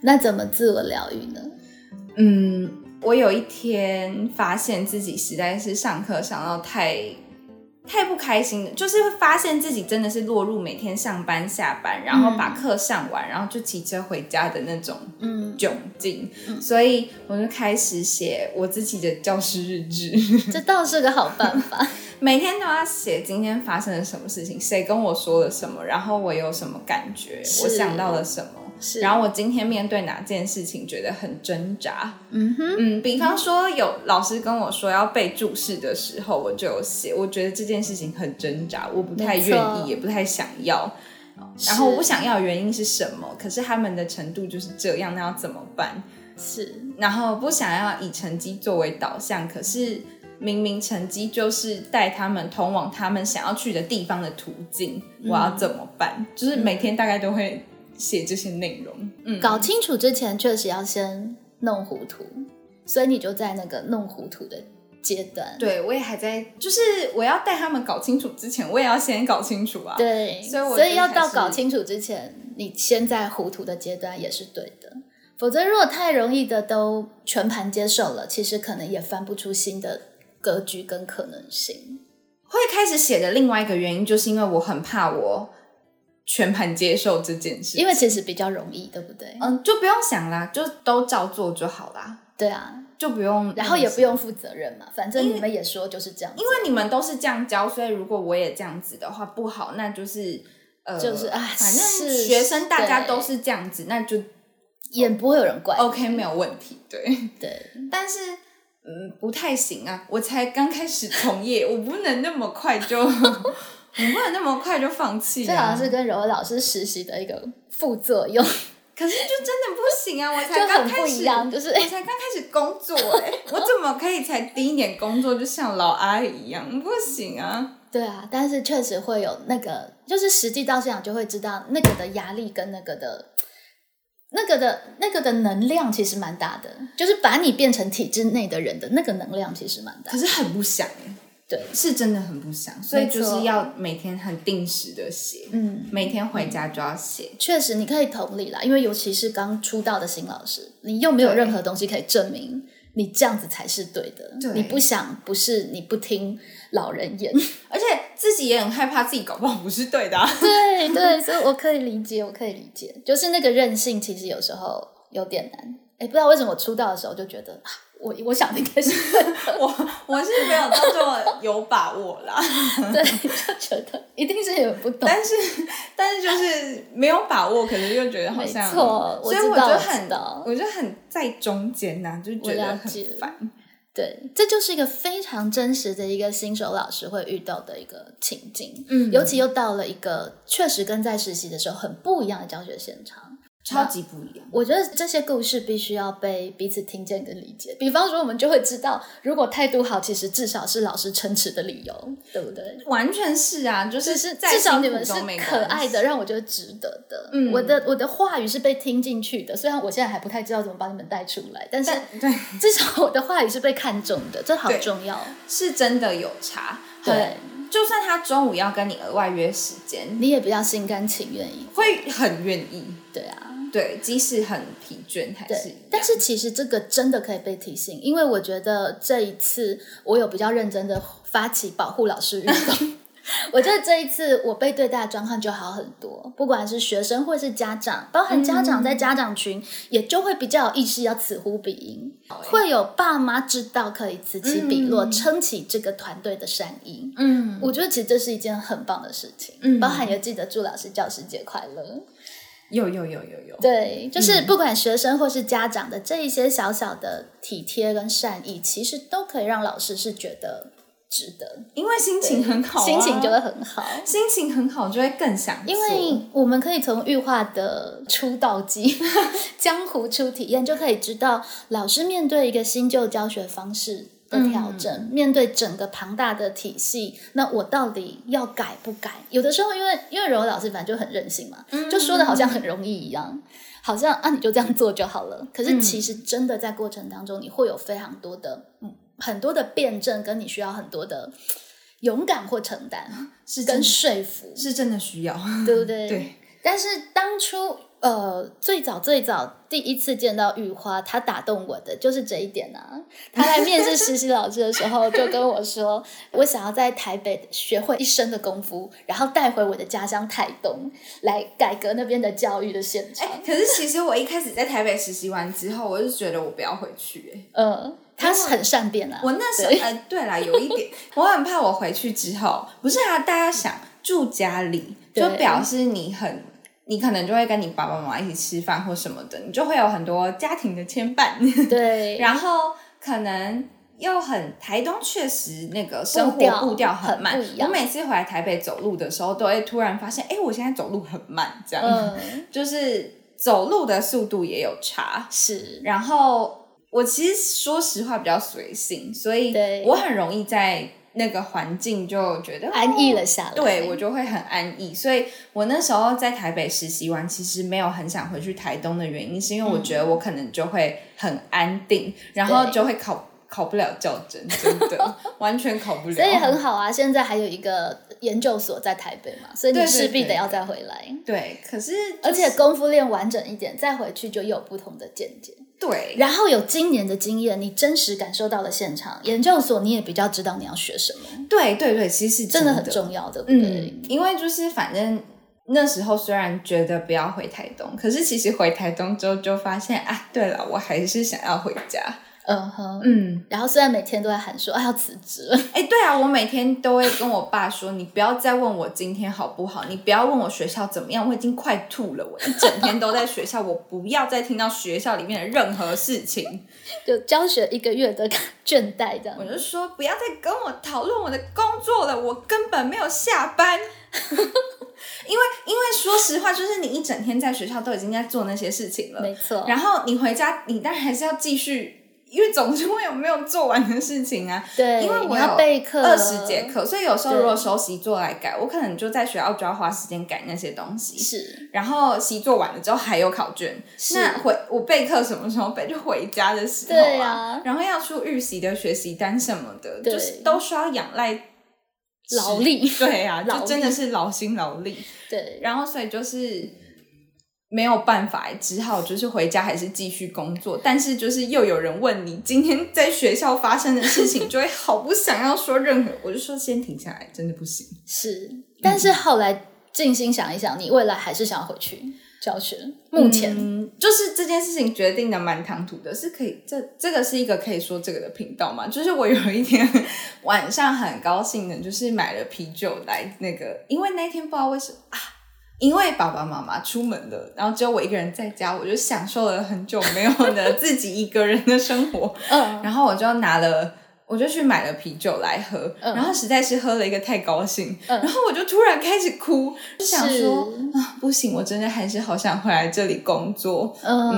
[SPEAKER 2] 那怎么自我疗愈呢？
[SPEAKER 1] 嗯，我有一天发现自己实在是上课上到太太不开心了，就是会发现自己真的是落入每天上班下班，然后把课上完，然后就骑车回家的那种
[SPEAKER 2] 嗯，
[SPEAKER 1] 窘境。所以我就开始写我自己的教师日志，
[SPEAKER 2] 这倒是个好 办法。
[SPEAKER 1] 每天都要写今天发生了什么事情，谁跟我说了什么，然后我有什么感觉，
[SPEAKER 2] 是
[SPEAKER 1] 我想到了什么。
[SPEAKER 2] 是
[SPEAKER 1] 然后我今天面对哪件事情觉得很挣扎？
[SPEAKER 2] 嗯哼，
[SPEAKER 1] 嗯，比方说有老师跟我说要背注释的时候，我就有写，我觉得这件事情很挣扎，我不太
[SPEAKER 2] 没错
[SPEAKER 1] 愿意，也不太想要。然后我不想要的原因是什么？可是他们的程度就是这样，那要怎么办？
[SPEAKER 2] 是
[SPEAKER 1] 然后不想要以成绩作为导向，可是明明成绩就是带他们通往他们想要去的地方的途径，
[SPEAKER 2] 嗯
[SPEAKER 1] 我要怎么办？就是每天大概都会写这些内容。嗯，
[SPEAKER 2] 搞清楚之前，确实要先弄糊涂，所以你就在那个弄糊涂的阶段。
[SPEAKER 1] 对我也还在，就是我要带他们搞清楚之前，我也要先搞清楚啊。
[SPEAKER 2] 对，
[SPEAKER 1] 所以我
[SPEAKER 2] 所
[SPEAKER 1] 觉
[SPEAKER 2] 以
[SPEAKER 1] 得
[SPEAKER 2] 要
[SPEAKER 1] 还
[SPEAKER 2] 到
[SPEAKER 1] 是
[SPEAKER 2] 搞清楚之前，你先在糊涂的阶段也是对的。否则，如果太容易的都全盘接受了，其实可能也翻不出新的格局跟可能性。
[SPEAKER 1] 会开始写的另外一个原因，就是因为我很怕我全盘接受这件事，
[SPEAKER 2] 因为其实比较容易，对不对？
[SPEAKER 1] 嗯，就不用想啦，就都照做就好啦，
[SPEAKER 2] 对啊，
[SPEAKER 1] 就不用，
[SPEAKER 2] 然后也不用负责任嘛，反正你们也说就是这样子，
[SPEAKER 1] 嗯因为你们都是这样教，所以如果我也这样子的话不好，那就是呃，
[SPEAKER 2] 就是啊
[SPEAKER 1] 反正
[SPEAKER 2] 是
[SPEAKER 1] 学生大家
[SPEAKER 2] 对
[SPEAKER 1] 都是这样子，那就
[SPEAKER 2] 也不会有人怪你。
[SPEAKER 1] OK 没有问题，对。
[SPEAKER 2] 对，
[SPEAKER 1] 但是嗯，不太行啊，我才刚开始从业， 我不能那么快 就，我不能那么快就放弃、
[SPEAKER 2] 这好
[SPEAKER 1] 啊
[SPEAKER 2] 像。是跟柔柔老师实习的一个副作用，
[SPEAKER 1] 可是就真的不行 啊，我才
[SPEAKER 2] 就
[SPEAKER 1] 刚
[SPEAKER 2] 很
[SPEAKER 1] 开
[SPEAKER 2] 不一
[SPEAKER 1] 始。
[SPEAKER 2] 样，就是
[SPEAKER 1] 我才刚开始工作哎、 我怎么可以才第一年工作就像老阿姨一样？不行啊！
[SPEAKER 2] 对啊，但是确实会有那个，就是实际到现场就会知道那个的压力跟那个的、那个的、那个的能量其实蛮大的，就是把你变成体制内的人的那个能量其实蛮大
[SPEAKER 1] 可。是很不想哎、
[SPEAKER 2] 对，
[SPEAKER 1] 是真的很不想，所以就
[SPEAKER 2] 没错
[SPEAKER 1] 是要每天很定时的写，
[SPEAKER 2] 嗯，
[SPEAKER 1] 每天回家就要写。
[SPEAKER 2] 确实你可以同理啦，因为尤其是刚出道的新老师，你又没有
[SPEAKER 1] 对
[SPEAKER 2] 任何东西可以证明你这样子才是对的，
[SPEAKER 1] 对
[SPEAKER 2] 你不想不是你不听老人言，
[SPEAKER 1] 而且自己也很害怕自己搞不好不是对的、啊，
[SPEAKER 2] 对对，所以我可以理解，我可以理解，就是那个任性，其实有时候有点难。哎，不知道为什么我出道的时候就觉得，啊、我我想的应该是
[SPEAKER 1] 我我是没有到这么有把握啦，
[SPEAKER 2] 对，就觉得一定是有人不懂。
[SPEAKER 1] 但是但是就是没有把握，可是又觉得好像
[SPEAKER 2] 没错
[SPEAKER 1] 所以
[SPEAKER 2] 我
[SPEAKER 1] 我
[SPEAKER 2] 知道
[SPEAKER 1] 就
[SPEAKER 2] 我知
[SPEAKER 1] 很
[SPEAKER 2] 道
[SPEAKER 1] 我就很在中间呐、就觉
[SPEAKER 2] 我了
[SPEAKER 1] 得
[SPEAKER 2] 解
[SPEAKER 1] 很烦。
[SPEAKER 2] 对，这就是一个非常真实的一个新手老师会遇到的一个情境，
[SPEAKER 1] 嗯
[SPEAKER 2] 尤其又到了一个确实跟在实习的时候很不一样的教学现场。
[SPEAKER 1] 超级不一样。
[SPEAKER 2] 我觉得这些故事必须要被彼此听见跟理解。比方说，我们就会知道，如果态度好，其实至少是老师撑持的理由，对不对？
[SPEAKER 1] 完全是啊，就
[SPEAKER 2] 就是是
[SPEAKER 1] 在
[SPEAKER 2] 至少
[SPEAKER 1] 辛
[SPEAKER 2] 你
[SPEAKER 1] 苦
[SPEAKER 2] 们是
[SPEAKER 1] 中没
[SPEAKER 2] 可
[SPEAKER 1] 关
[SPEAKER 2] 爱
[SPEAKER 1] 系
[SPEAKER 2] 的，。让我觉得值得的。
[SPEAKER 1] 嗯
[SPEAKER 2] 我的我的话语是被听进去的，虽然我现在还不太知道怎么把你们带出来，但是
[SPEAKER 1] 但对，
[SPEAKER 2] 至少我的话语是被看中的，这好
[SPEAKER 1] 对
[SPEAKER 2] 重要。
[SPEAKER 1] 是真的有差。
[SPEAKER 2] 对，
[SPEAKER 1] 很，就算他中午要跟你额外约时间，
[SPEAKER 2] 你也比较心甘情愿一点。
[SPEAKER 1] 会很愿意。
[SPEAKER 2] 对啊，
[SPEAKER 1] 对，即使很疲倦，还是一
[SPEAKER 2] 对
[SPEAKER 1] 样，
[SPEAKER 2] 但是其实这个真的可以被提醒，因为我觉得这一次我有比较认真的发起保护老师 运动。我觉得这一次我被对待的状况就好很多，不管是学生或是家长，包含家
[SPEAKER 1] 嗯
[SPEAKER 2] 长在家长群，也就会比较有意识要此呼彼应，会有爸妈知道可以此起彼落，
[SPEAKER 1] 嗯
[SPEAKER 2] 撑起这个团队的善意。
[SPEAKER 1] 嗯，
[SPEAKER 2] 我觉得其实这是一件很棒的事情，
[SPEAKER 1] 嗯
[SPEAKER 2] 包含也记得祝老师教师节快乐。
[SPEAKER 1] 有有有有有，
[SPEAKER 2] 对，
[SPEAKER 1] 嗯
[SPEAKER 2] 就是不管学生或是家长的这一些小小的体贴跟善意，其实都可以让老师是觉得值得，
[SPEAKER 1] 因为心情很好啊、
[SPEAKER 2] 心情就会很好。
[SPEAKER 1] 心情很好，就会更想做。
[SPEAKER 2] 因为我们可以从玉化的出道记、 江湖初体验，就可以知道老师面对一个新旧教学方式的调整，
[SPEAKER 1] 嗯
[SPEAKER 2] 面对整个庞大的体系，那我到底要改不改？有的时候，因为因为柔柔老师反正就很任性嘛，
[SPEAKER 1] 嗯
[SPEAKER 2] 就说的好像很容易一样，好像啊你就这样做就好
[SPEAKER 1] 嗯
[SPEAKER 2] 了。可是其实真的在过程当中，你会有非常多的嗯很多的辩证，跟你需要很多的。勇敢或承担
[SPEAKER 1] 是真
[SPEAKER 2] 跟
[SPEAKER 1] 的
[SPEAKER 2] 说服，
[SPEAKER 1] 是真的需要，
[SPEAKER 2] 对不
[SPEAKER 1] 嗯
[SPEAKER 2] 对？
[SPEAKER 1] 对。
[SPEAKER 2] 但是当初呃，最早最早第一次见到玉花，她打动我的就是这一点啊。她来面试实习老师的时候，就跟我说， 我想要在台北学会一身的功夫，然后带回我的家乡台东，来改革那边的教育的现场。
[SPEAKER 1] 可是其实我一开始在台北实习完之后，我就觉得我不要回去、欸。
[SPEAKER 2] 嗯，她是很善变啊。
[SPEAKER 1] 我那时候，呃，对啦，有一点，我很怕我回去之后，不是啊，大家想住家里，
[SPEAKER 2] 对
[SPEAKER 1] 就表示你很。你可能就会跟你爸爸妈妈一起吃饭或什么的，你就会有很多家庭的牵绊。
[SPEAKER 2] 对，
[SPEAKER 1] 呃然后可能又很台东确实那个生活
[SPEAKER 2] 步调
[SPEAKER 1] 步调很慢
[SPEAKER 2] 很不一，
[SPEAKER 1] 我
[SPEAKER 2] 样
[SPEAKER 1] 每次回来台北走路的时候，都会突然发现，哎、我现在走路很慢，这样、
[SPEAKER 2] 嗯，
[SPEAKER 1] 就是走路的速度也有差。
[SPEAKER 2] 是，
[SPEAKER 1] 然后我其实说实话比较随性，所以
[SPEAKER 2] 对
[SPEAKER 1] 我很容易在那个环境就觉得
[SPEAKER 2] 安逸
[SPEAKER 1] 哦
[SPEAKER 2] 了下来。
[SPEAKER 1] 对我就会很安逸，所以我那时候在台北实习完，其实没有很想回去台东的原因，是因为我觉得我可能就会很安定，然后
[SPEAKER 2] 对
[SPEAKER 1] 就会考考不了较真，真 的完全考不了。
[SPEAKER 2] 所以很好啊，现在还有一个研究所在台北嘛，所以你
[SPEAKER 1] 对对
[SPEAKER 2] 势必得
[SPEAKER 1] 对
[SPEAKER 2] 要再回来，
[SPEAKER 1] 对，可是、
[SPEAKER 2] 而且功夫练完整一点，再回去就又有不同的见解。
[SPEAKER 1] 对
[SPEAKER 2] 然后有今年的经验，你真实感受到了现场研究所，你也比较知道你要学什么，
[SPEAKER 1] 对对对，其实
[SPEAKER 2] 真
[SPEAKER 1] 嗯的
[SPEAKER 2] 的很重要，对不对？
[SPEAKER 1] 嗯，因为就是反正那时候虽然觉得不要回台东，可是其实回台东之后就发现啊，对了，我还是想要回家。
[SPEAKER 2] 嗯哼。
[SPEAKER 1] 嗯，
[SPEAKER 2] 然后虽然每天都在喊说啊要辞职了，
[SPEAKER 1] 哎、对啊，我每天都会跟我爸说，你不要再问我今天好不好，你不要问我学校怎么样，我已经快吐了，我一整天都在学校，我不要再听到学校里面的任何事情。
[SPEAKER 2] 就教学一个月的 倦怠这样
[SPEAKER 1] 我。就说不要再跟我讨论我的工作了，我根本没有下班。 因为因为说实话，就是你一整天在学校都已经在做那些事情了，
[SPEAKER 2] 没错，
[SPEAKER 1] 然后你回家，你当然还是要继续，因为总是会有没有做完的事情啊。
[SPEAKER 2] 对，
[SPEAKER 1] 因为
[SPEAKER 2] 你
[SPEAKER 1] 我
[SPEAKER 2] 要
[SPEAKER 1] 有
[SPEAKER 2] 备课啊
[SPEAKER 1] 二十节，课，所以有时候如果
[SPEAKER 2] 对
[SPEAKER 1] 熟习作来改，我可能就在学校就要花时间改那些东西。
[SPEAKER 2] 是
[SPEAKER 1] 然后习作完了之后还有考卷，那回我备课什么时候备？就回家的时候
[SPEAKER 2] 对啊
[SPEAKER 1] 然后要出预习的学习单什么的，
[SPEAKER 2] 对
[SPEAKER 1] 就是都需要仰赖
[SPEAKER 2] 劳力，
[SPEAKER 1] 对啊，
[SPEAKER 2] 劳力
[SPEAKER 1] 就真的是劳心劳力。
[SPEAKER 2] 对，
[SPEAKER 1] 然后所以就是没有办法，只好就是回家还是继续工作。但是就是又有人问你今天在学校发生的事 情，就会好不想要说任何，我就说先停下来，真的不行。
[SPEAKER 2] 是，但
[SPEAKER 1] 嗯
[SPEAKER 2] 是后来静心想一想，你未来还是想要回去教学。目前、
[SPEAKER 1] 嗯就是这件事情决定的蛮唐突的，是可以这这个是一个可以说这个的频道嘛？就是我有一天晚上很高兴的，就是买了啤酒来那个，因为那天不知道为什么啊，因为爸爸妈妈出门了，然后只有我一个人在家，我就享受了很久没有的自己一个人的生活，
[SPEAKER 2] 嗯，
[SPEAKER 1] 然后我就拿了。我就去买了啤酒来喝，
[SPEAKER 2] 嗯
[SPEAKER 1] 然后实在是喝了一个太高兴，
[SPEAKER 2] 嗯
[SPEAKER 1] 然后我就突然开始哭，就想说
[SPEAKER 2] 是
[SPEAKER 1] 啊，不行，我真的还是好想回来这里工作。
[SPEAKER 2] 嗯，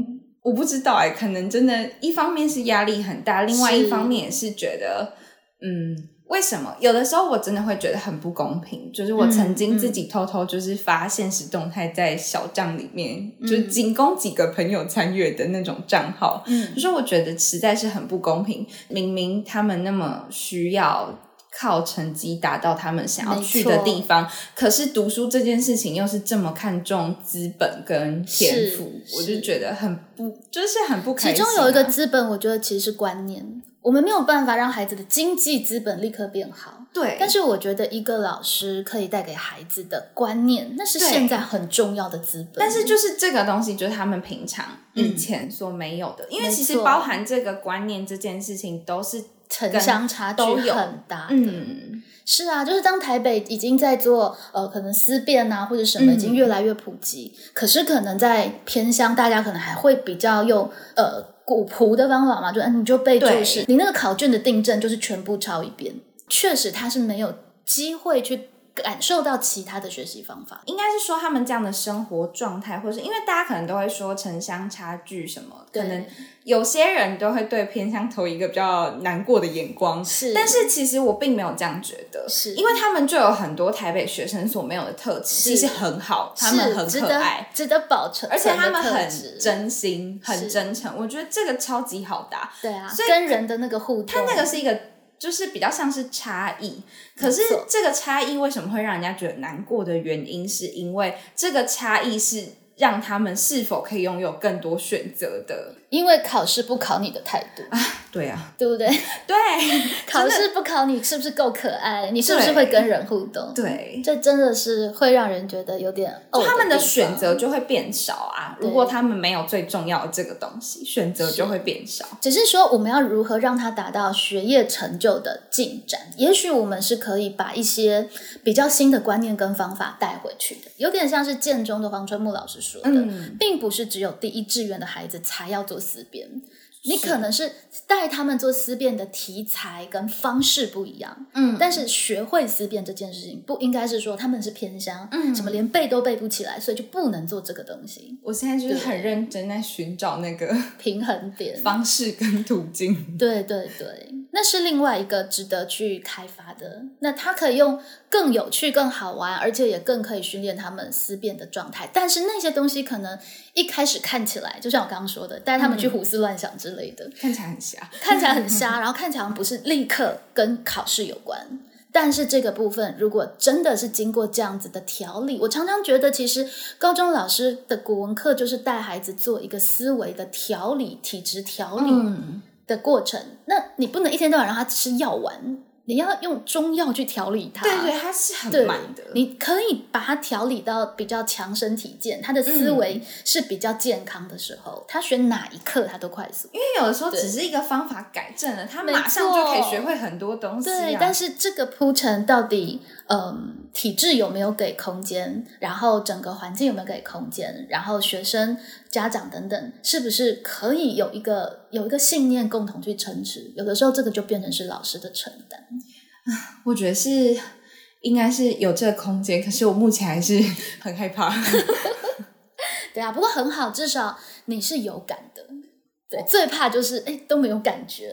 [SPEAKER 1] 嗯，我不知道哎、可能真的，一方面是压力很大，另外
[SPEAKER 2] 是
[SPEAKER 1] 一方面也是觉得，嗯，为什么有的时候我真的会觉得很不公平？就是我
[SPEAKER 2] 嗯
[SPEAKER 1] 曾经
[SPEAKER 2] 嗯
[SPEAKER 1] 自己偷偷就是发现实动态在小账里面，就是仅供几个朋友参阅的那种账号，
[SPEAKER 2] 嗯
[SPEAKER 1] 就是我觉得实在是很不公平。明明他们那么需要。靠成绩达到他们想要
[SPEAKER 2] 没
[SPEAKER 1] 去的
[SPEAKER 2] 错
[SPEAKER 1] 地方，可是读书这件事情又是这么看重资本跟天赋，
[SPEAKER 2] 是
[SPEAKER 1] 我就觉得很不，就是很不
[SPEAKER 2] 其
[SPEAKER 1] 开心、
[SPEAKER 2] 中有一个，资本，我觉得其实是观念，我们没有办法让孩子的经济资本立刻变好。
[SPEAKER 1] 对，
[SPEAKER 2] 但是我觉得一个老师可以带给孩子的观念，那是
[SPEAKER 1] 对
[SPEAKER 2] 现在很重要的资本。
[SPEAKER 1] 但是就是这个东西，就是他们平常
[SPEAKER 2] 嗯
[SPEAKER 1] 以前所没有的，因为
[SPEAKER 2] 没
[SPEAKER 1] 其实
[SPEAKER 2] 错
[SPEAKER 1] 包含这个观念这件事情都是，
[SPEAKER 2] 城乡差距
[SPEAKER 1] 都有
[SPEAKER 2] 很大。
[SPEAKER 1] 嗯，
[SPEAKER 2] 是啊，就是当台北已经在做呃，可能思辨啊或者什么，已经
[SPEAKER 1] 嗯
[SPEAKER 2] 越来越普及，可是可能在偏乡，大家可能还会比较用呃古朴的方法嘛，就嗯、你就背注释，你那个考卷的订正就是全部抄一遍，确实他是没有机会去感受到其他的学习方法。
[SPEAKER 1] 应该是说他们这样的生活状态，或是因为大家可能都会说城乡差距什么，可
[SPEAKER 2] 对
[SPEAKER 1] 能有些人都会对偏乡投一个比较难过的眼光，
[SPEAKER 2] 是，
[SPEAKER 1] 但是其实我并没有这样觉得，
[SPEAKER 2] 是
[SPEAKER 1] 因为他们就有很多台北学生所没有的特质，其
[SPEAKER 2] 是
[SPEAKER 1] 实很好，他
[SPEAKER 2] 是
[SPEAKER 1] 们很
[SPEAKER 2] 值
[SPEAKER 1] 可
[SPEAKER 2] 得
[SPEAKER 1] 爱，
[SPEAKER 2] 值得保存，
[SPEAKER 1] 而且他们
[SPEAKER 2] 存的特
[SPEAKER 1] 很
[SPEAKER 2] 质，
[SPEAKER 1] 真心、很
[SPEAKER 2] 是
[SPEAKER 1] 真诚，我觉得这个超级好搭。
[SPEAKER 2] 对啊
[SPEAKER 1] 所，以
[SPEAKER 2] 跟人的那个互动，
[SPEAKER 1] 它那个是一个。就是比较像是差异，可是
[SPEAKER 2] 没错
[SPEAKER 1] 这个差异为什么会让人家觉得难过的原因，是因为这个差异是让他们是否可以拥有更多选择的。
[SPEAKER 2] 因为考试不考你的态度，
[SPEAKER 1] 对啊，
[SPEAKER 2] 对不对？
[SPEAKER 1] 对
[SPEAKER 2] 考试不考你是不是够可爱，你是不是会跟人互动？
[SPEAKER 1] 对，
[SPEAKER 2] 这真的是会让人觉得有点呕
[SPEAKER 1] 他们
[SPEAKER 2] 的
[SPEAKER 1] 的
[SPEAKER 2] 地方
[SPEAKER 1] 选择就会变少啊。
[SPEAKER 2] 对
[SPEAKER 1] 如果他们没有最重要的这个东西，选择就会变少。
[SPEAKER 2] 只是说我们要如何让他达到学业成就的进展？也许我们是可以把一些比较新的观念跟方法带回去的，有点像是建中的黄春木老师说的，
[SPEAKER 1] 嗯
[SPEAKER 2] 并不是只有第一志愿的孩子才要做思辨。你可能是带他们做思辨的题材跟方式不一样，
[SPEAKER 1] 嗯
[SPEAKER 2] 但是学会思辨这件事情，不应该是说他们是偏乡，
[SPEAKER 1] 嗯
[SPEAKER 2] 什么连背都背不起来，所以就不能做这个东西，
[SPEAKER 1] 我现在就是
[SPEAKER 2] 对
[SPEAKER 1] 很认真在寻找那个
[SPEAKER 2] 平衡点。
[SPEAKER 1] 方式跟途径。
[SPEAKER 2] 对对对，那是另外一个值得去开发的。那它可以用更有趣、更好玩，而且也更可以训练他们思辨的状态。但是那些东西可能一开始看起来，就像我刚刚说的，带他们
[SPEAKER 1] 嗯
[SPEAKER 2] 去胡思乱想之类的，
[SPEAKER 1] 看起来很瞎，
[SPEAKER 2] 看起来 很瞎，然后看起来好像不是立刻跟考试有关。但是这个部分，如果真的是经过这样子的调理，我常常觉得，其实高中老师的古文课就是带孩子做一个思维的调理、体质调理。
[SPEAKER 1] 嗯，
[SPEAKER 2] 的过程。那你不能一天到晚让他吃药丸，你要用中药去调理他。
[SPEAKER 1] 对对，它是
[SPEAKER 2] 对
[SPEAKER 1] 很慢的。
[SPEAKER 2] 你可以把它调理到比较强身体健，他的思维
[SPEAKER 1] 嗯
[SPEAKER 2] 是比较健康的时候，他选哪一课他都快速。
[SPEAKER 1] 因为有的时候只
[SPEAKER 2] 对
[SPEAKER 1] 是一个方法改正了，他
[SPEAKER 2] 没
[SPEAKER 1] 马上就可以
[SPEAKER 2] 错
[SPEAKER 1] 学会很多东西、啊。
[SPEAKER 2] 对，但是这个铺陈到底，嗯，体制有没有给空间？然后整个环境有没有给空间？然后学生、家长等等，是不是可以有一个有一个信念共同去撑持？有的时候这个就变成是老师的承担。
[SPEAKER 1] 我觉得是应该是有这个空间，可是我目前还是 很害怕。
[SPEAKER 2] 对啊，不过很好，至少你是有感的。对，最怕就是哎都没有感觉，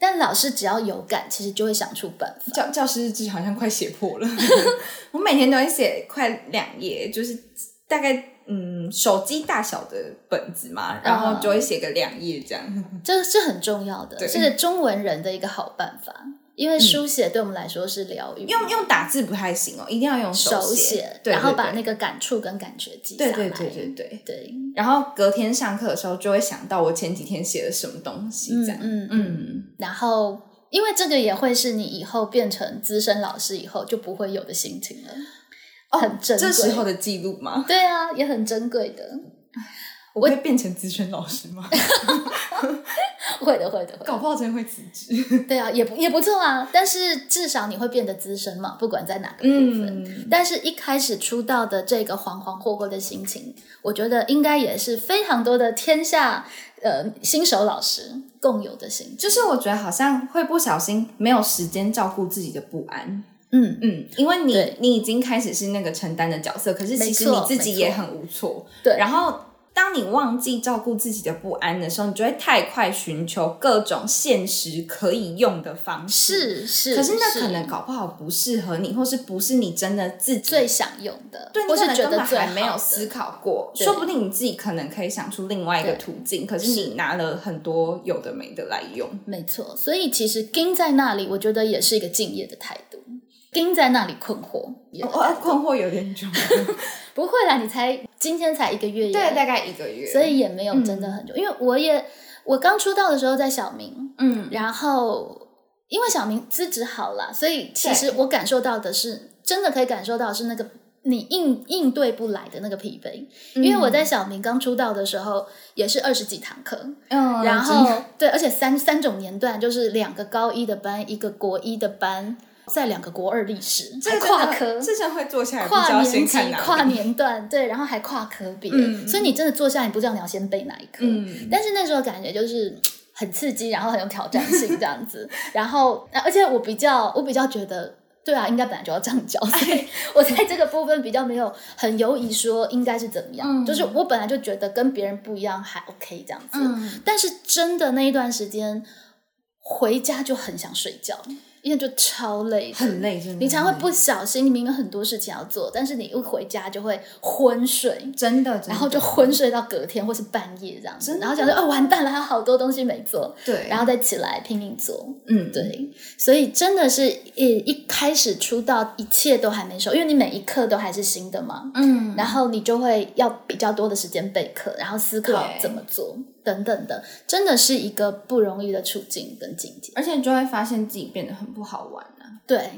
[SPEAKER 2] 但老师只要有感，其实就会想出办法。
[SPEAKER 1] 教教师日志好像快写破了， 我每天都会写快两页，就是大概嗯手机大小的本子嘛，
[SPEAKER 2] 嗯
[SPEAKER 1] 然后就会写个两页这样。
[SPEAKER 2] 这是很重要的，
[SPEAKER 1] 对嗯
[SPEAKER 2] 这是中文人的一个好办法，因为书写对我们来说是疗愈，
[SPEAKER 1] 用用打字不太行哦，一定要用
[SPEAKER 2] 手
[SPEAKER 1] 写，对
[SPEAKER 2] 然后把那
[SPEAKER 1] 个
[SPEAKER 2] 个感触跟感觉记下
[SPEAKER 1] 对
[SPEAKER 2] 来。
[SPEAKER 1] 对对对对。
[SPEAKER 2] 对
[SPEAKER 1] 然后隔天上课的时候就会想到我前几天写了什么东西
[SPEAKER 2] 嗯
[SPEAKER 1] 这样。
[SPEAKER 2] 嗯
[SPEAKER 1] 嗯，
[SPEAKER 2] 然后。因为这个也会是你以后变成资深老师以后就不会有的心情了，很珍贵。
[SPEAKER 1] 哦这时候的记录吗？
[SPEAKER 2] 对啊，也很珍贵的。
[SPEAKER 1] 我会变成资深老师吗？
[SPEAKER 2] 会的，会的，会 的
[SPEAKER 1] 搞。不好真的会辞职。
[SPEAKER 2] 对啊，也不也不错啊，但是至少你会变得资深嘛，不管在哪个部分。
[SPEAKER 1] 嗯
[SPEAKER 2] 但是一开始出道的这个惶惶惑惑的心情，我觉得应该也是非常多的天下呃新手老师共有的心 情，
[SPEAKER 1] 就是我觉得好像会不小心没有时间照顾自己的不安，
[SPEAKER 2] 嗯，
[SPEAKER 1] 嗯，因为你
[SPEAKER 2] 对
[SPEAKER 1] 你已经开始是那个承担的角色，可是其实
[SPEAKER 2] 没
[SPEAKER 1] 你
[SPEAKER 2] 错
[SPEAKER 1] 自己也很无措，
[SPEAKER 2] 对
[SPEAKER 1] 然后当你忘记照顾自己的不安的时候，你就会太快寻求各种现实可以用的方式，
[SPEAKER 2] 是是，
[SPEAKER 1] 可是那可能搞不好不适合你，或是不是你真的自己
[SPEAKER 2] 最想用的，
[SPEAKER 1] 对，你
[SPEAKER 2] 我
[SPEAKER 1] 可
[SPEAKER 2] 是
[SPEAKER 1] 能
[SPEAKER 2] 觉
[SPEAKER 1] 根
[SPEAKER 2] 得
[SPEAKER 1] 本
[SPEAKER 2] 最
[SPEAKER 1] 还没
[SPEAKER 2] 好
[SPEAKER 1] 有
[SPEAKER 2] 的
[SPEAKER 1] 思考过，
[SPEAKER 2] 对
[SPEAKER 1] 说不定你自己可能可以想出另外一个
[SPEAKER 2] 对
[SPEAKER 1] 途径，可是你拿了很多有的没的来用。
[SPEAKER 2] 没错，所以其实盯在那里，我觉得也是一个敬业的态度，盯在那里困惑也
[SPEAKER 1] 我、哦、困惑有点久，
[SPEAKER 2] 不会啦，你才今天才一个月耶，
[SPEAKER 1] 对，嗯大概一个月。
[SPEAKER 2] 所，以也没有真的很久，因为我也我刚出道的时候在小明，
[SPEAKER 1] 嗯，
[SPEAKER 2] 然后因为小明资质好啦，所以其实我感受到的是，真的可以感受到是那个你应应对不来的那个疲惫，
[SPEAKER 1] 嗯
[SPEAKER 2] 因为我在小明刚出道的时候也是二十几堂课，
[SPEAKER 1] 嗯，
[SPEAKER 2] 然
[SPEAKER 1] 真的
[SPEAKER 2] 后对，而且三三种年段就是两个高一的班，一个国一的班，再两个国二历史，
[SPEAKER 1] 这
[SPEAKER 2] 还
[SPEAKER 1] 个真
[SPEAKER 2] 跨
[SPEAKER 1] 的
[SPEAKER 2] 科，
[SPEAKER 1] 这真的会坐下来，不知
[SPEAKER 2] 跨
[SPEAKER 1] 道
[SPEAKER 2] 年
[SPEAKER 1] 先
[SPEAKER 2] 级
[SPEAKER 1] 看、哪
[SPEAKER 2] 跨
[SPEAKER 1] 里。
[SPEAKER 2] 年段，对，然后还跨科别，
[SPEAKER 1] 嗯
[SPEAKER 2] 所以你真的坐下，你不知道你要先背哪一科。
[SPEAKER 1] 嗯
[SPEAKER 2] 但是那时候感觉就是嘖很刺激，然后很有挑战性这样子。 然后，呃而且我比较，我比较觉得。对啊，应该本来就要这样教，所以我在这个部分比较没有很犹疑说应该是怎么样，
[SPEAKER 1] 嗯
[SPEAKER 2] 就是我本来就觉得跟别人不一样还 OK 这样子，
[SPEAKER 1] 嗯，
[SPEAKER 2] 但是真的那一段时间回家就很想睡觉，因为就超累的，
[SPEAKER 1] 很累，真的很累。
[SPEAKER 2] 你常会不小心，你明明很多事情要做，但是你一回家就会昏睡，
[SPEAKER 1] 真的，真的
[SPEAKER 2] 然后就昏睡到隔天或是半夜这样子，然后想说哦完蛋了，还有好多东西没做，
[SPEAKER 1] 对，
[SPEAKER 2] 然后再起来拼命做。
[SPEAKER 1] 嗯，
[SPEAKER 2] 对，所以真的是一一开始出道，一切都还没熟，因为你每一刻都还是新的嘛。
[SPEAKER 1] 嗯，
[SPEAKER 2] 然后你就会要比较多的时间备课，然后思考
[SPEAKER 1] 对
[SPEAKER 2] 怎么做等等的，真的是一个不容易的处境跟境界。
[SPEAKER 1] 而且你就会发现自己变得很不好玩啊。
[SPEAKER 2] 对，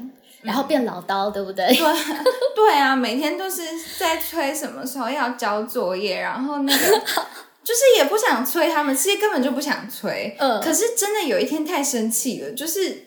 [SPEAKER 2] 然后变老刀，对不对？
[SPEAKER 1] 对 啊，对啊，每天都是在催什么时候要交作业，然后那 个就是也不想催他们，其实根本就不想催。
[SPEAKER 2] 嗯
[SPEAKER 1] 可是真的有一天太生气了，就是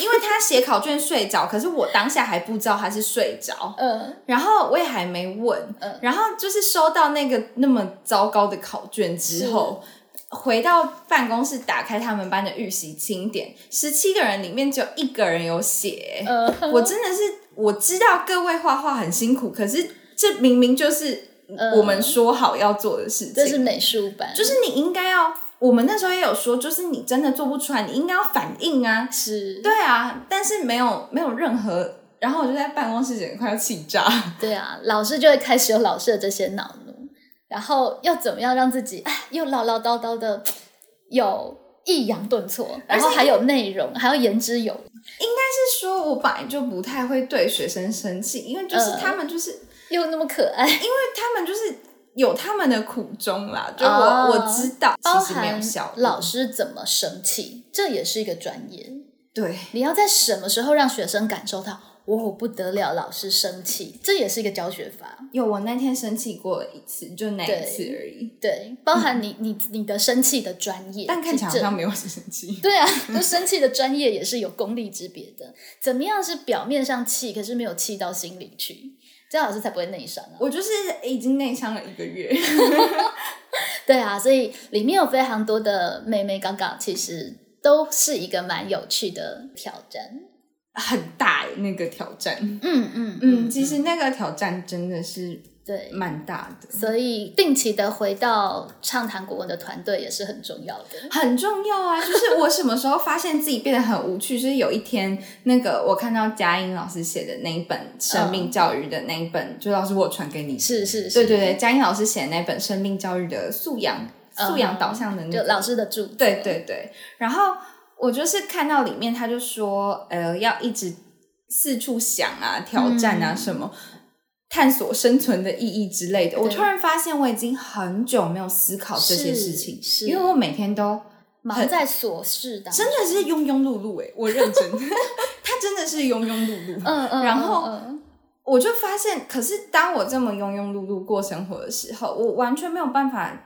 [SPEAKER 1] 因为他写考卷睡着，可是我当下还不知道他是睡着。
[SPEAKER 2] 嗯，
[SPEAKER 1] 然后我也还没问，
[SPEAKER 2] 嗯
[SPEAKER 1] 然后就是收到那个那么糟糕的考卷之后，回到办公室打开他们班的预习清点，十七个人里面只有一个人有写，
[SPEAKER 2] 呃，
[SPEAKER 1] 我真的是我知道各位画画很辛苦，可是这明明就是我们说好要做的事情，
[SPEAKER 2] 嗯这是美术班，
[SPEAKER 1] 就是你应该要，我们那时候也有说，就是你真的做不出来，你应该要反应啊，
[SPEAKER 2] 是，
[SPEAKER 1] 对啊，但是没有没有任何，然后我就在办公室简直快要气炸。
[SPEAKER 2] 对啊，老师就会开始有老师的这些恼怒，然后要怎么样让自己哎又唠唠叨叨的有抑扬 顿挫，然后还有内容，还要言之有物，
[SPEAKER 1] 是说我本来就不太会对学生生气，因为就是
[SPEAKER 2] 嗯
[SPEAKER 1] 他们就是、
[SPEAKER 2] 又那么可爱，
[SPEAKER 1] 因为他们就是有他们的苦衷啦，就我、
[SPEAKER 2] 哦
[SPEAKER 1] 我知道，
[SPEAKER 2] 包
[SPEAKER 1] 其实没有
[SPEAKER 2] 含
[SPEAKER 1] 效率
[SPEAKER 2] 老师怎么生气，这也是一个专业。
[SPEAKER 1] 对
[SPEAKER 2] 你要在什么时候让学生感受到哦不得了，老师生气，这也是一个教学法。
[SPEAKER 1] 有我那天生气过一次，就那一
[SPEAKER 2] 对
[SPEAKER 1] 次而已，
[SPEAKER 2] 对，包含你、你你的生气的专业，
[SPEAKER 1] 嗯但看起来好
[SPEAKER 2] 是这
[SPEAKER 1] 像没有很生气。
[SPEAKER 2] 对啊，就生气的专业也是有功力之别的。怎么样是表面上气，可是没有气到心里去，这样老师才不会内伤啊。
[SPEAKER 1] 我就是已经内伤了一个月，
[SPEAKER 2] 对啊，所以里面有非常多的妹妹刚刚，其实都是一个蛮有趣的挑战。
[SPEAKER 1] 很大欸那个挑战。
[SPEAKER 2] 嗯嗯
[SPEAKER 1] 嗯，其实那个挑战真的是
[SPEAKER 2] 对。
[SPEAKER 1] 蛮大的，
[SPEAKER 2] 所以定期的回到畅谈国文的团队也是很重要的。
[SPEAKER 1] 很重要啊。就是我什么时候发现自己变得很无趣，就是有一天，那个我看到佳音老师写的那一本生命教育的那一本，就老师我传给你。
[SPEAKER 2] 嗯是是是，
[SPEAKER 1] 对对对，佳音老师写的那本生命教育的素养
[SPEAKER 2] 嗯
[SPEAKER 1] 素养导向的那
[SPEAKER 2] 就
[SPEAKER 1] 个
[SPEAKER 2] 老师的助
[SPEAKER 1] 对对对，然后我就是看到里面他就说，呃，要一直四处想啊、挑战啊
[SPEAKER 2] 嗯
[SPEAKER 1] 什么。探索生存的意义之类的，我
[SPEAKER 2] 对
[SPEAKER 1] 突然发现我已经很久没有思考这些事情，
[SPEAKER 2] 是是
[SPEAKER 1] 因为我每天都
[SPEAKER 2] 忙
[SPEAKER 1] 很
[SPEAKER 2] 在琐事当中
[SPEAKER 1] 真，的是庸庸碌碌诶、欸我认真， 他真的是庸庸碌碌。
[SPEAKER 2] 嗯嗯，
[SPEAKER 1] 然后
[SPEAKER 2] 嗯嗯
[SPEAKER 1] 我就发现，可是当我这么庸庸碌碌过生活的时候，我完全没有办法，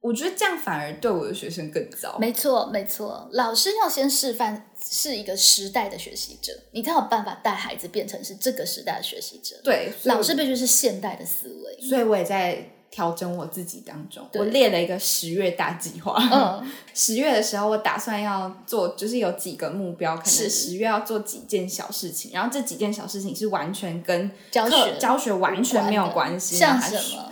[SPEAKER 1] 我觉得这样反而对我的学生更糟。
[SPEAKER 2] 没错，没错，老师要先示范是一个时代的学习者，你才有办法带孩子变成是这个时代的学习者。，
[SPEAKER 1] 对，所以
[SPEAKER 2] 老
[SPEAKER 1] 我
[SPEAKER 2] 师必须是现代的思维。
[SPEAKER 1] 所以我也在调整我自己当中，
[SPEAKER 2] 对
[SPEAKER 1] 我列了一个十月大计划。
[SPEAKER 2] 嗯，
[SPEAKER 1] 十月的时候，我打算要做，就是有几个目标，可能
[SPEAKER 2] 是
[SPEAKER 1] 十月要做几件小事情，然后这几件小事情是完全跟
[SPEAKER 2] 教
[SPEAKER 1] 课
[SPEAKER 2] 学
[SPEAKER 1] 教学完全没有关系，啊
[SPEAKER 2] 像
[SPEAKER 1] 还
[SPEAKER 2] 什
[SPEAKER 1] 是
[SPEAKER 2] 么？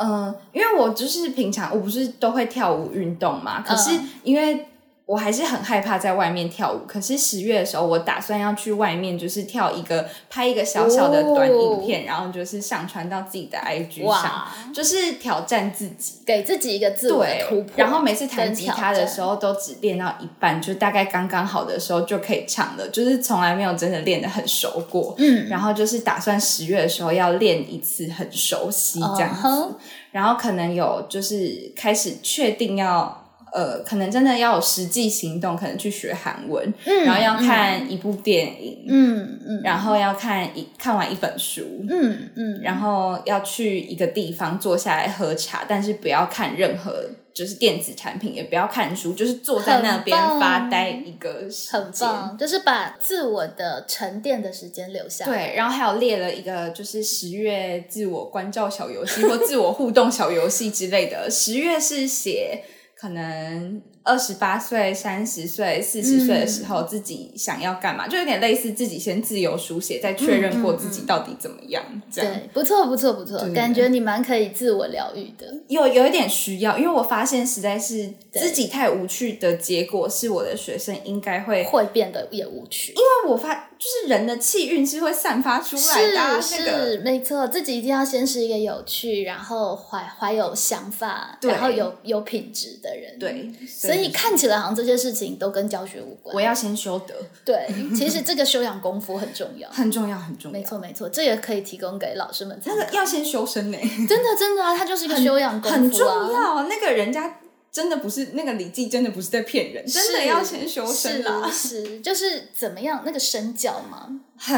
[SPEAKER 1] 嗯，因为我就是平常我不是都会跳舞运动嘛，可是
[SPEAKER 2] 嗯
[SPEAKER 1] 因为我还是很害怕在外面跳舞。可是十月的时候，我打算要去外面，就是跳一个拍一个小小的短影片，然后就是上传到自己的 IG 上，
[SPEAKER 2] 哦哇，
[SPEAKER 1] 就是挑战自己。
[SPEAKER 2] 给自己一个自我的
[SPEAKER 1] 对
[SPEAKER 2] 突破，，
[SPEAKER 1] 然后每次弹吉他的时
[SPEAKER 2] 候，
[SPEAKER 1] 候都只练到一半，就大概刚刚好的时候就可以唱了，就是从来没有真的练得很熟过。
[SPEAKER 2] 嗯，
[SPEAKER 1] 然后就是打算十月的时候要练一次，很熟悉这样子。
[SPEAKER 2] 嗯哼
[SPEAKER 1] 然后可能有就是开始确定要呃，可能真的要有实际行动，可能去学韩文，
[SPEAKER 2] 嗯
[SPEAKER 1] 然后要，看一部电影，
[SPEAKER 2] 嗯嗯
[SPEAKER 1] 然后要看一看完一本书。
[SPEAKER 2] 嗯嗯，
[SPEAKER 1] 然后要去一个地方坐下来喝茶，但是不要看任何就是电子产品，也不要看书，就是坐在那边
[SPEAKER 2] 很棒
[SPEAKER 1] 发呆一个时间。
[SPEAKER 2] 很棒，就是把自我的沉淀的时间留下。，
[SPEAKER 1] 对，然后还有列了一个就是十月自我关照小游戏或自我互动小游戏之类的。十月是写可能二十八岁、三十岁、四十岁的
[SPEAKER 2] 嗯
[SPEAKER 1] 时候，自己想要干嘛，就有点类似自己先自由书写，再确认过
[SPEAKER 2] 嗯
[SPEAKER 1] 自己到底怎么样，这样
[SPEAKER 2] 对，不错不错不错，
[SPEAKER 1] 对
[SPEAKER 2] 感觉你蛮可以自我疗愈的。
[SPEAKER 1] 有有一点需要，因为我发现实在是自己太无趣的结果，是我的学生应该会，因
[SPEAKER 2] 会变得也无趣，
[SPEAKER 1] 为我发就是人的气运是会散发出来的啊、
[SPEAKER 2] 是
[SPEAKER 1] 那个
[SPEAKER 2] 是没错，自己一定要先是一个有趣，然后怀怀有想法，
[SPEAKER 1] 对
[SPEAKER 2] 然后有有品质的人。，
[SPEAKER 1] 对，
[SPEAKER 2] 所以看起来好像这些事情都跟教学无关。
[SPEAKER 1] 我要先修德，
[SPEAKER 2] 对，其实这个修养功夫很重 要。
[SPEAKER 1] 很重要，很重要，
[SPEAKER 2] 没错没错，这也可以提供给老师们参
[SPEAKER 1] 那
[SPEAKER 2] 考。
[SPEAKER 1] 个要先修身呢、
[SPEAKER 2] 真的真的啊，它就是一个修养功夫、啊，
[SPEAKER 1] 很重要啊。那个人家真的不是那个李记，真的不是在骗人，真的
[SPEAKER 2] 是
[SPEAKER 1] 要先修身啊啦，
[SPEAKER 2] 是是，就是怎么样那个身教嘛，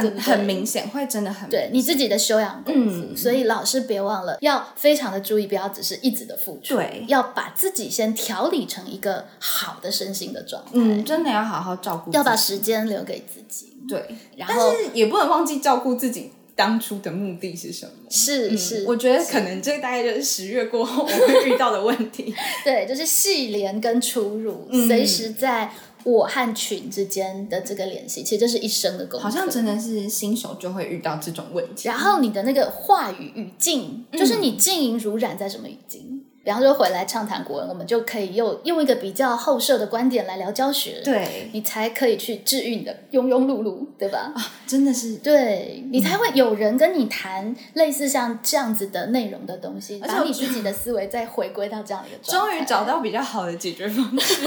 [SPEAKER 2] 对
[SPEAKER 1] 很
[SPEAKER 2] 不对
[SPEAKER 1] 很明显，会真的很
[SPEAKER 2] 对你自己的修养功夫。
[SPEAKER 1] 嗯
[SPEAKER 2] 所以老师别忘了要非常的注意，不要只是一直的付出，
[SPEAKER 1] 对
[SPEAKER 2] 要把自己先调理成一个好的身心的状态，
[SPEAKER 1] 嗯，真的要好好照顾自己，
[SPEAKER 2] 要把时间留给自己。
[SPEAKER 1] 对，
[SPEAKER 2] 然
[SPEAKER 1] 但
[SPEAKER 2] 后
[SPEAKER 1] 是也不能忘记照顾自己当初的目的是什么。
[SPEAKER 2] 是是，
[SPEAKER 1] 嗯我觉得可能这大概就是十月过后我会遇到的问题。
[SPEAKER 2] 对，就是系联跟出入，
[SPEAKER 1] 嗯
[SPEAKER 2] 随时在我和群之间的这个联系，其实这是一生的功课。
[SPEAKER 1] 好像真的是新手就会遇到这种问题。
[SPEAKER 2] 然后你的那个话语语境，
[SPEAKER 1] 嗯
[SPEAKER 2] 就是你静音如染在什么语境？比方说回来畅谈国文，我们就可以用用一个比较后设的观点来聊教学，，
[SPEAKER 1] 对，啊
[SPEAKER 2] 你才可以去治愈你的庸庸碌碌，对吧？
[SPEAKER 1] 真的是，
[SPEAKER 2] 对你才会有人跟你谈类似像这样子的内容的东西，
[SPEAKER 1] 而且
[SPEAKER 2] 把
[SPEAKER 1] 我
[SPEAKER 2] 你自己的思维再回归到这样的一个状态
[SPEAKER 1] 终于找到比较好的解决方式。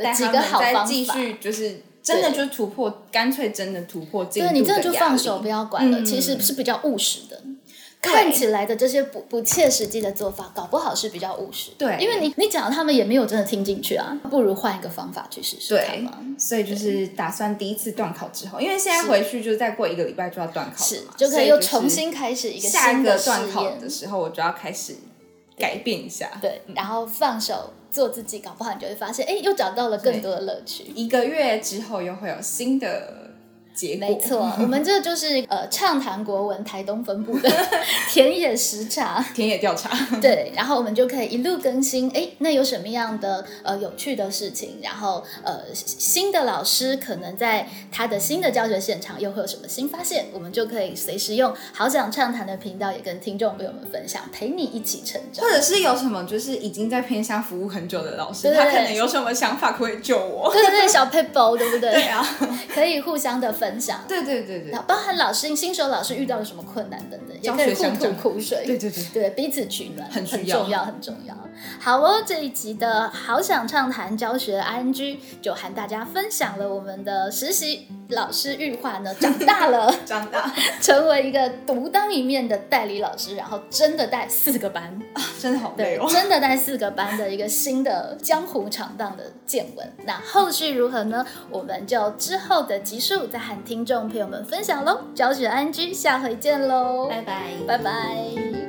[SPEAKER 1] 带
[SPEAKER 2] 几
[SPEAKER 1] 他
[SPEAKER 2] 个
[SPEAKER 1] 们
[SPEAKER 2] 好
[SPEAKER 1] 再
[SPEAKER 2] 方
[SPEAKER 1] 继
[SPEAKER 2] 法
[SPEAKER 1] 续就是真的
[SPEAKER 2] 对
[SPEAKER 1] 就突破，干脆真的突破进
[SPEAKER 2] 对
[SPEAKER 1] 度
[SPEAKER 2] 你真的就
[SPEAKER 1] 压
[SPEAKER 2] 放
[SPEAKER 1] 力
[SPEAKER 2] 手，不要管了，
[SPEAKER 1] 嗯
[SPEAKER 2] 其实是比较务实的。看起来的这些不不切实际的做法，搞不好是比较务实的。
[SPEAKER 1] 对
[SPEAKER 2] 因为你你讲了他们也没有真的听进去啊，不如换一个方法去试试看
[SPEAKER 1] 对
[SPEAKER 2] 嘛。，
[SPEAKER 1] 所以就是打算第一次断考之后，因为现在回去就再过一个礼拜就要断考了
[SPEAKER 2] 是
[SPEAKER 1] 嘛，，
[SPEAKER 2] 就可
[SPEAKER 1] 所
[SPEAKER 2] 以
[SPEAKER 1] 以
[SPEAKER 2] 又
[SPEAKER 1] 是
[SPEAKER 2] 重新开始一个
[SPEAKER 1] 下一
[SPEAKER 2] 新
[SPEAKER 1] 个
[SPEAKER 2] 试
[SPEAKER 1] 断考
[SPEAKER 2] 验
[SPEAKER 1] 的。嗯时候，我就要开始改变一下。
[SPEAKER 2] 对，然后放手做自己，搞不好你就会发现，哎，又找到了更多的乐趣。
[SPEAKER 1] 一个月之后又会有新的结果。
[SPEAKER 2] 没错，我们这就是呃畅谈国文台东分部的 田野时查。
[SPEAKER 1] 田野调 查，
[SPEAKER 2] 对，然后我们就可以一路更新。哎，那有什么样的呃有趣的事情？然后呃，新新的老师可能在他的新的教学现场又会有什么新发现？我们就可以随时用好想畅谈的频道也跟听众朋友们分享，陪你一起成长
[SPEAKER 1] 或。者是有什么就是已经在偏向服务很久的老师，
[SPEAKER 2] 对
[SPEAKER 1] 他可能有什么想法可以救我。
[SPEAKER 2] 对对对，小 paper 对不对？
[SPEAKER 1] 对啊，
[SPEAKER 2] 可以互相的分享。
[SPEAKER 1] 对对对对
[SPEAKER 2] 然后包含老师、新手老师遇到了什么困难等等，也
[SPEAKER 1] 教
[SPEAKER 2] 可以
[SPEAKER 1] 学
[SPEAKER 2] 互
[SPEAKER 1] 相
[SPEAKER 2] 吐
[SPEAKER 1] 长
[SPEAKER 2] 苦水。
[SPEAKER 1] 对对对，
[SPEAKER 2] 对，彼此取暖
[SPEAKER 1] 很需要
[SPEAKER 2] 重要，很重要。好哦，这一集的好想畅谈教学 ING 就和大家分享了我们的实习老师玉化呢长大 了，
[SPEAKER 1] 长大
[SPEAKER 2] 成为一个独当一面的代理老师，然后真的带四个班，
[SPEAKER 1] 真的好累
[SPEAKER 2] 对，
[SPEAKER 1] 哦。
[SPEAKER 2] 真的带四个班的一个新的江湖常荡的见闻。那后续如何呢？我们就之后的集数再和听众朋友们分享喽。教学 ING 下回见喽，
[SPEAKER 1] 拜。
[SPEAKER 2] 拜拜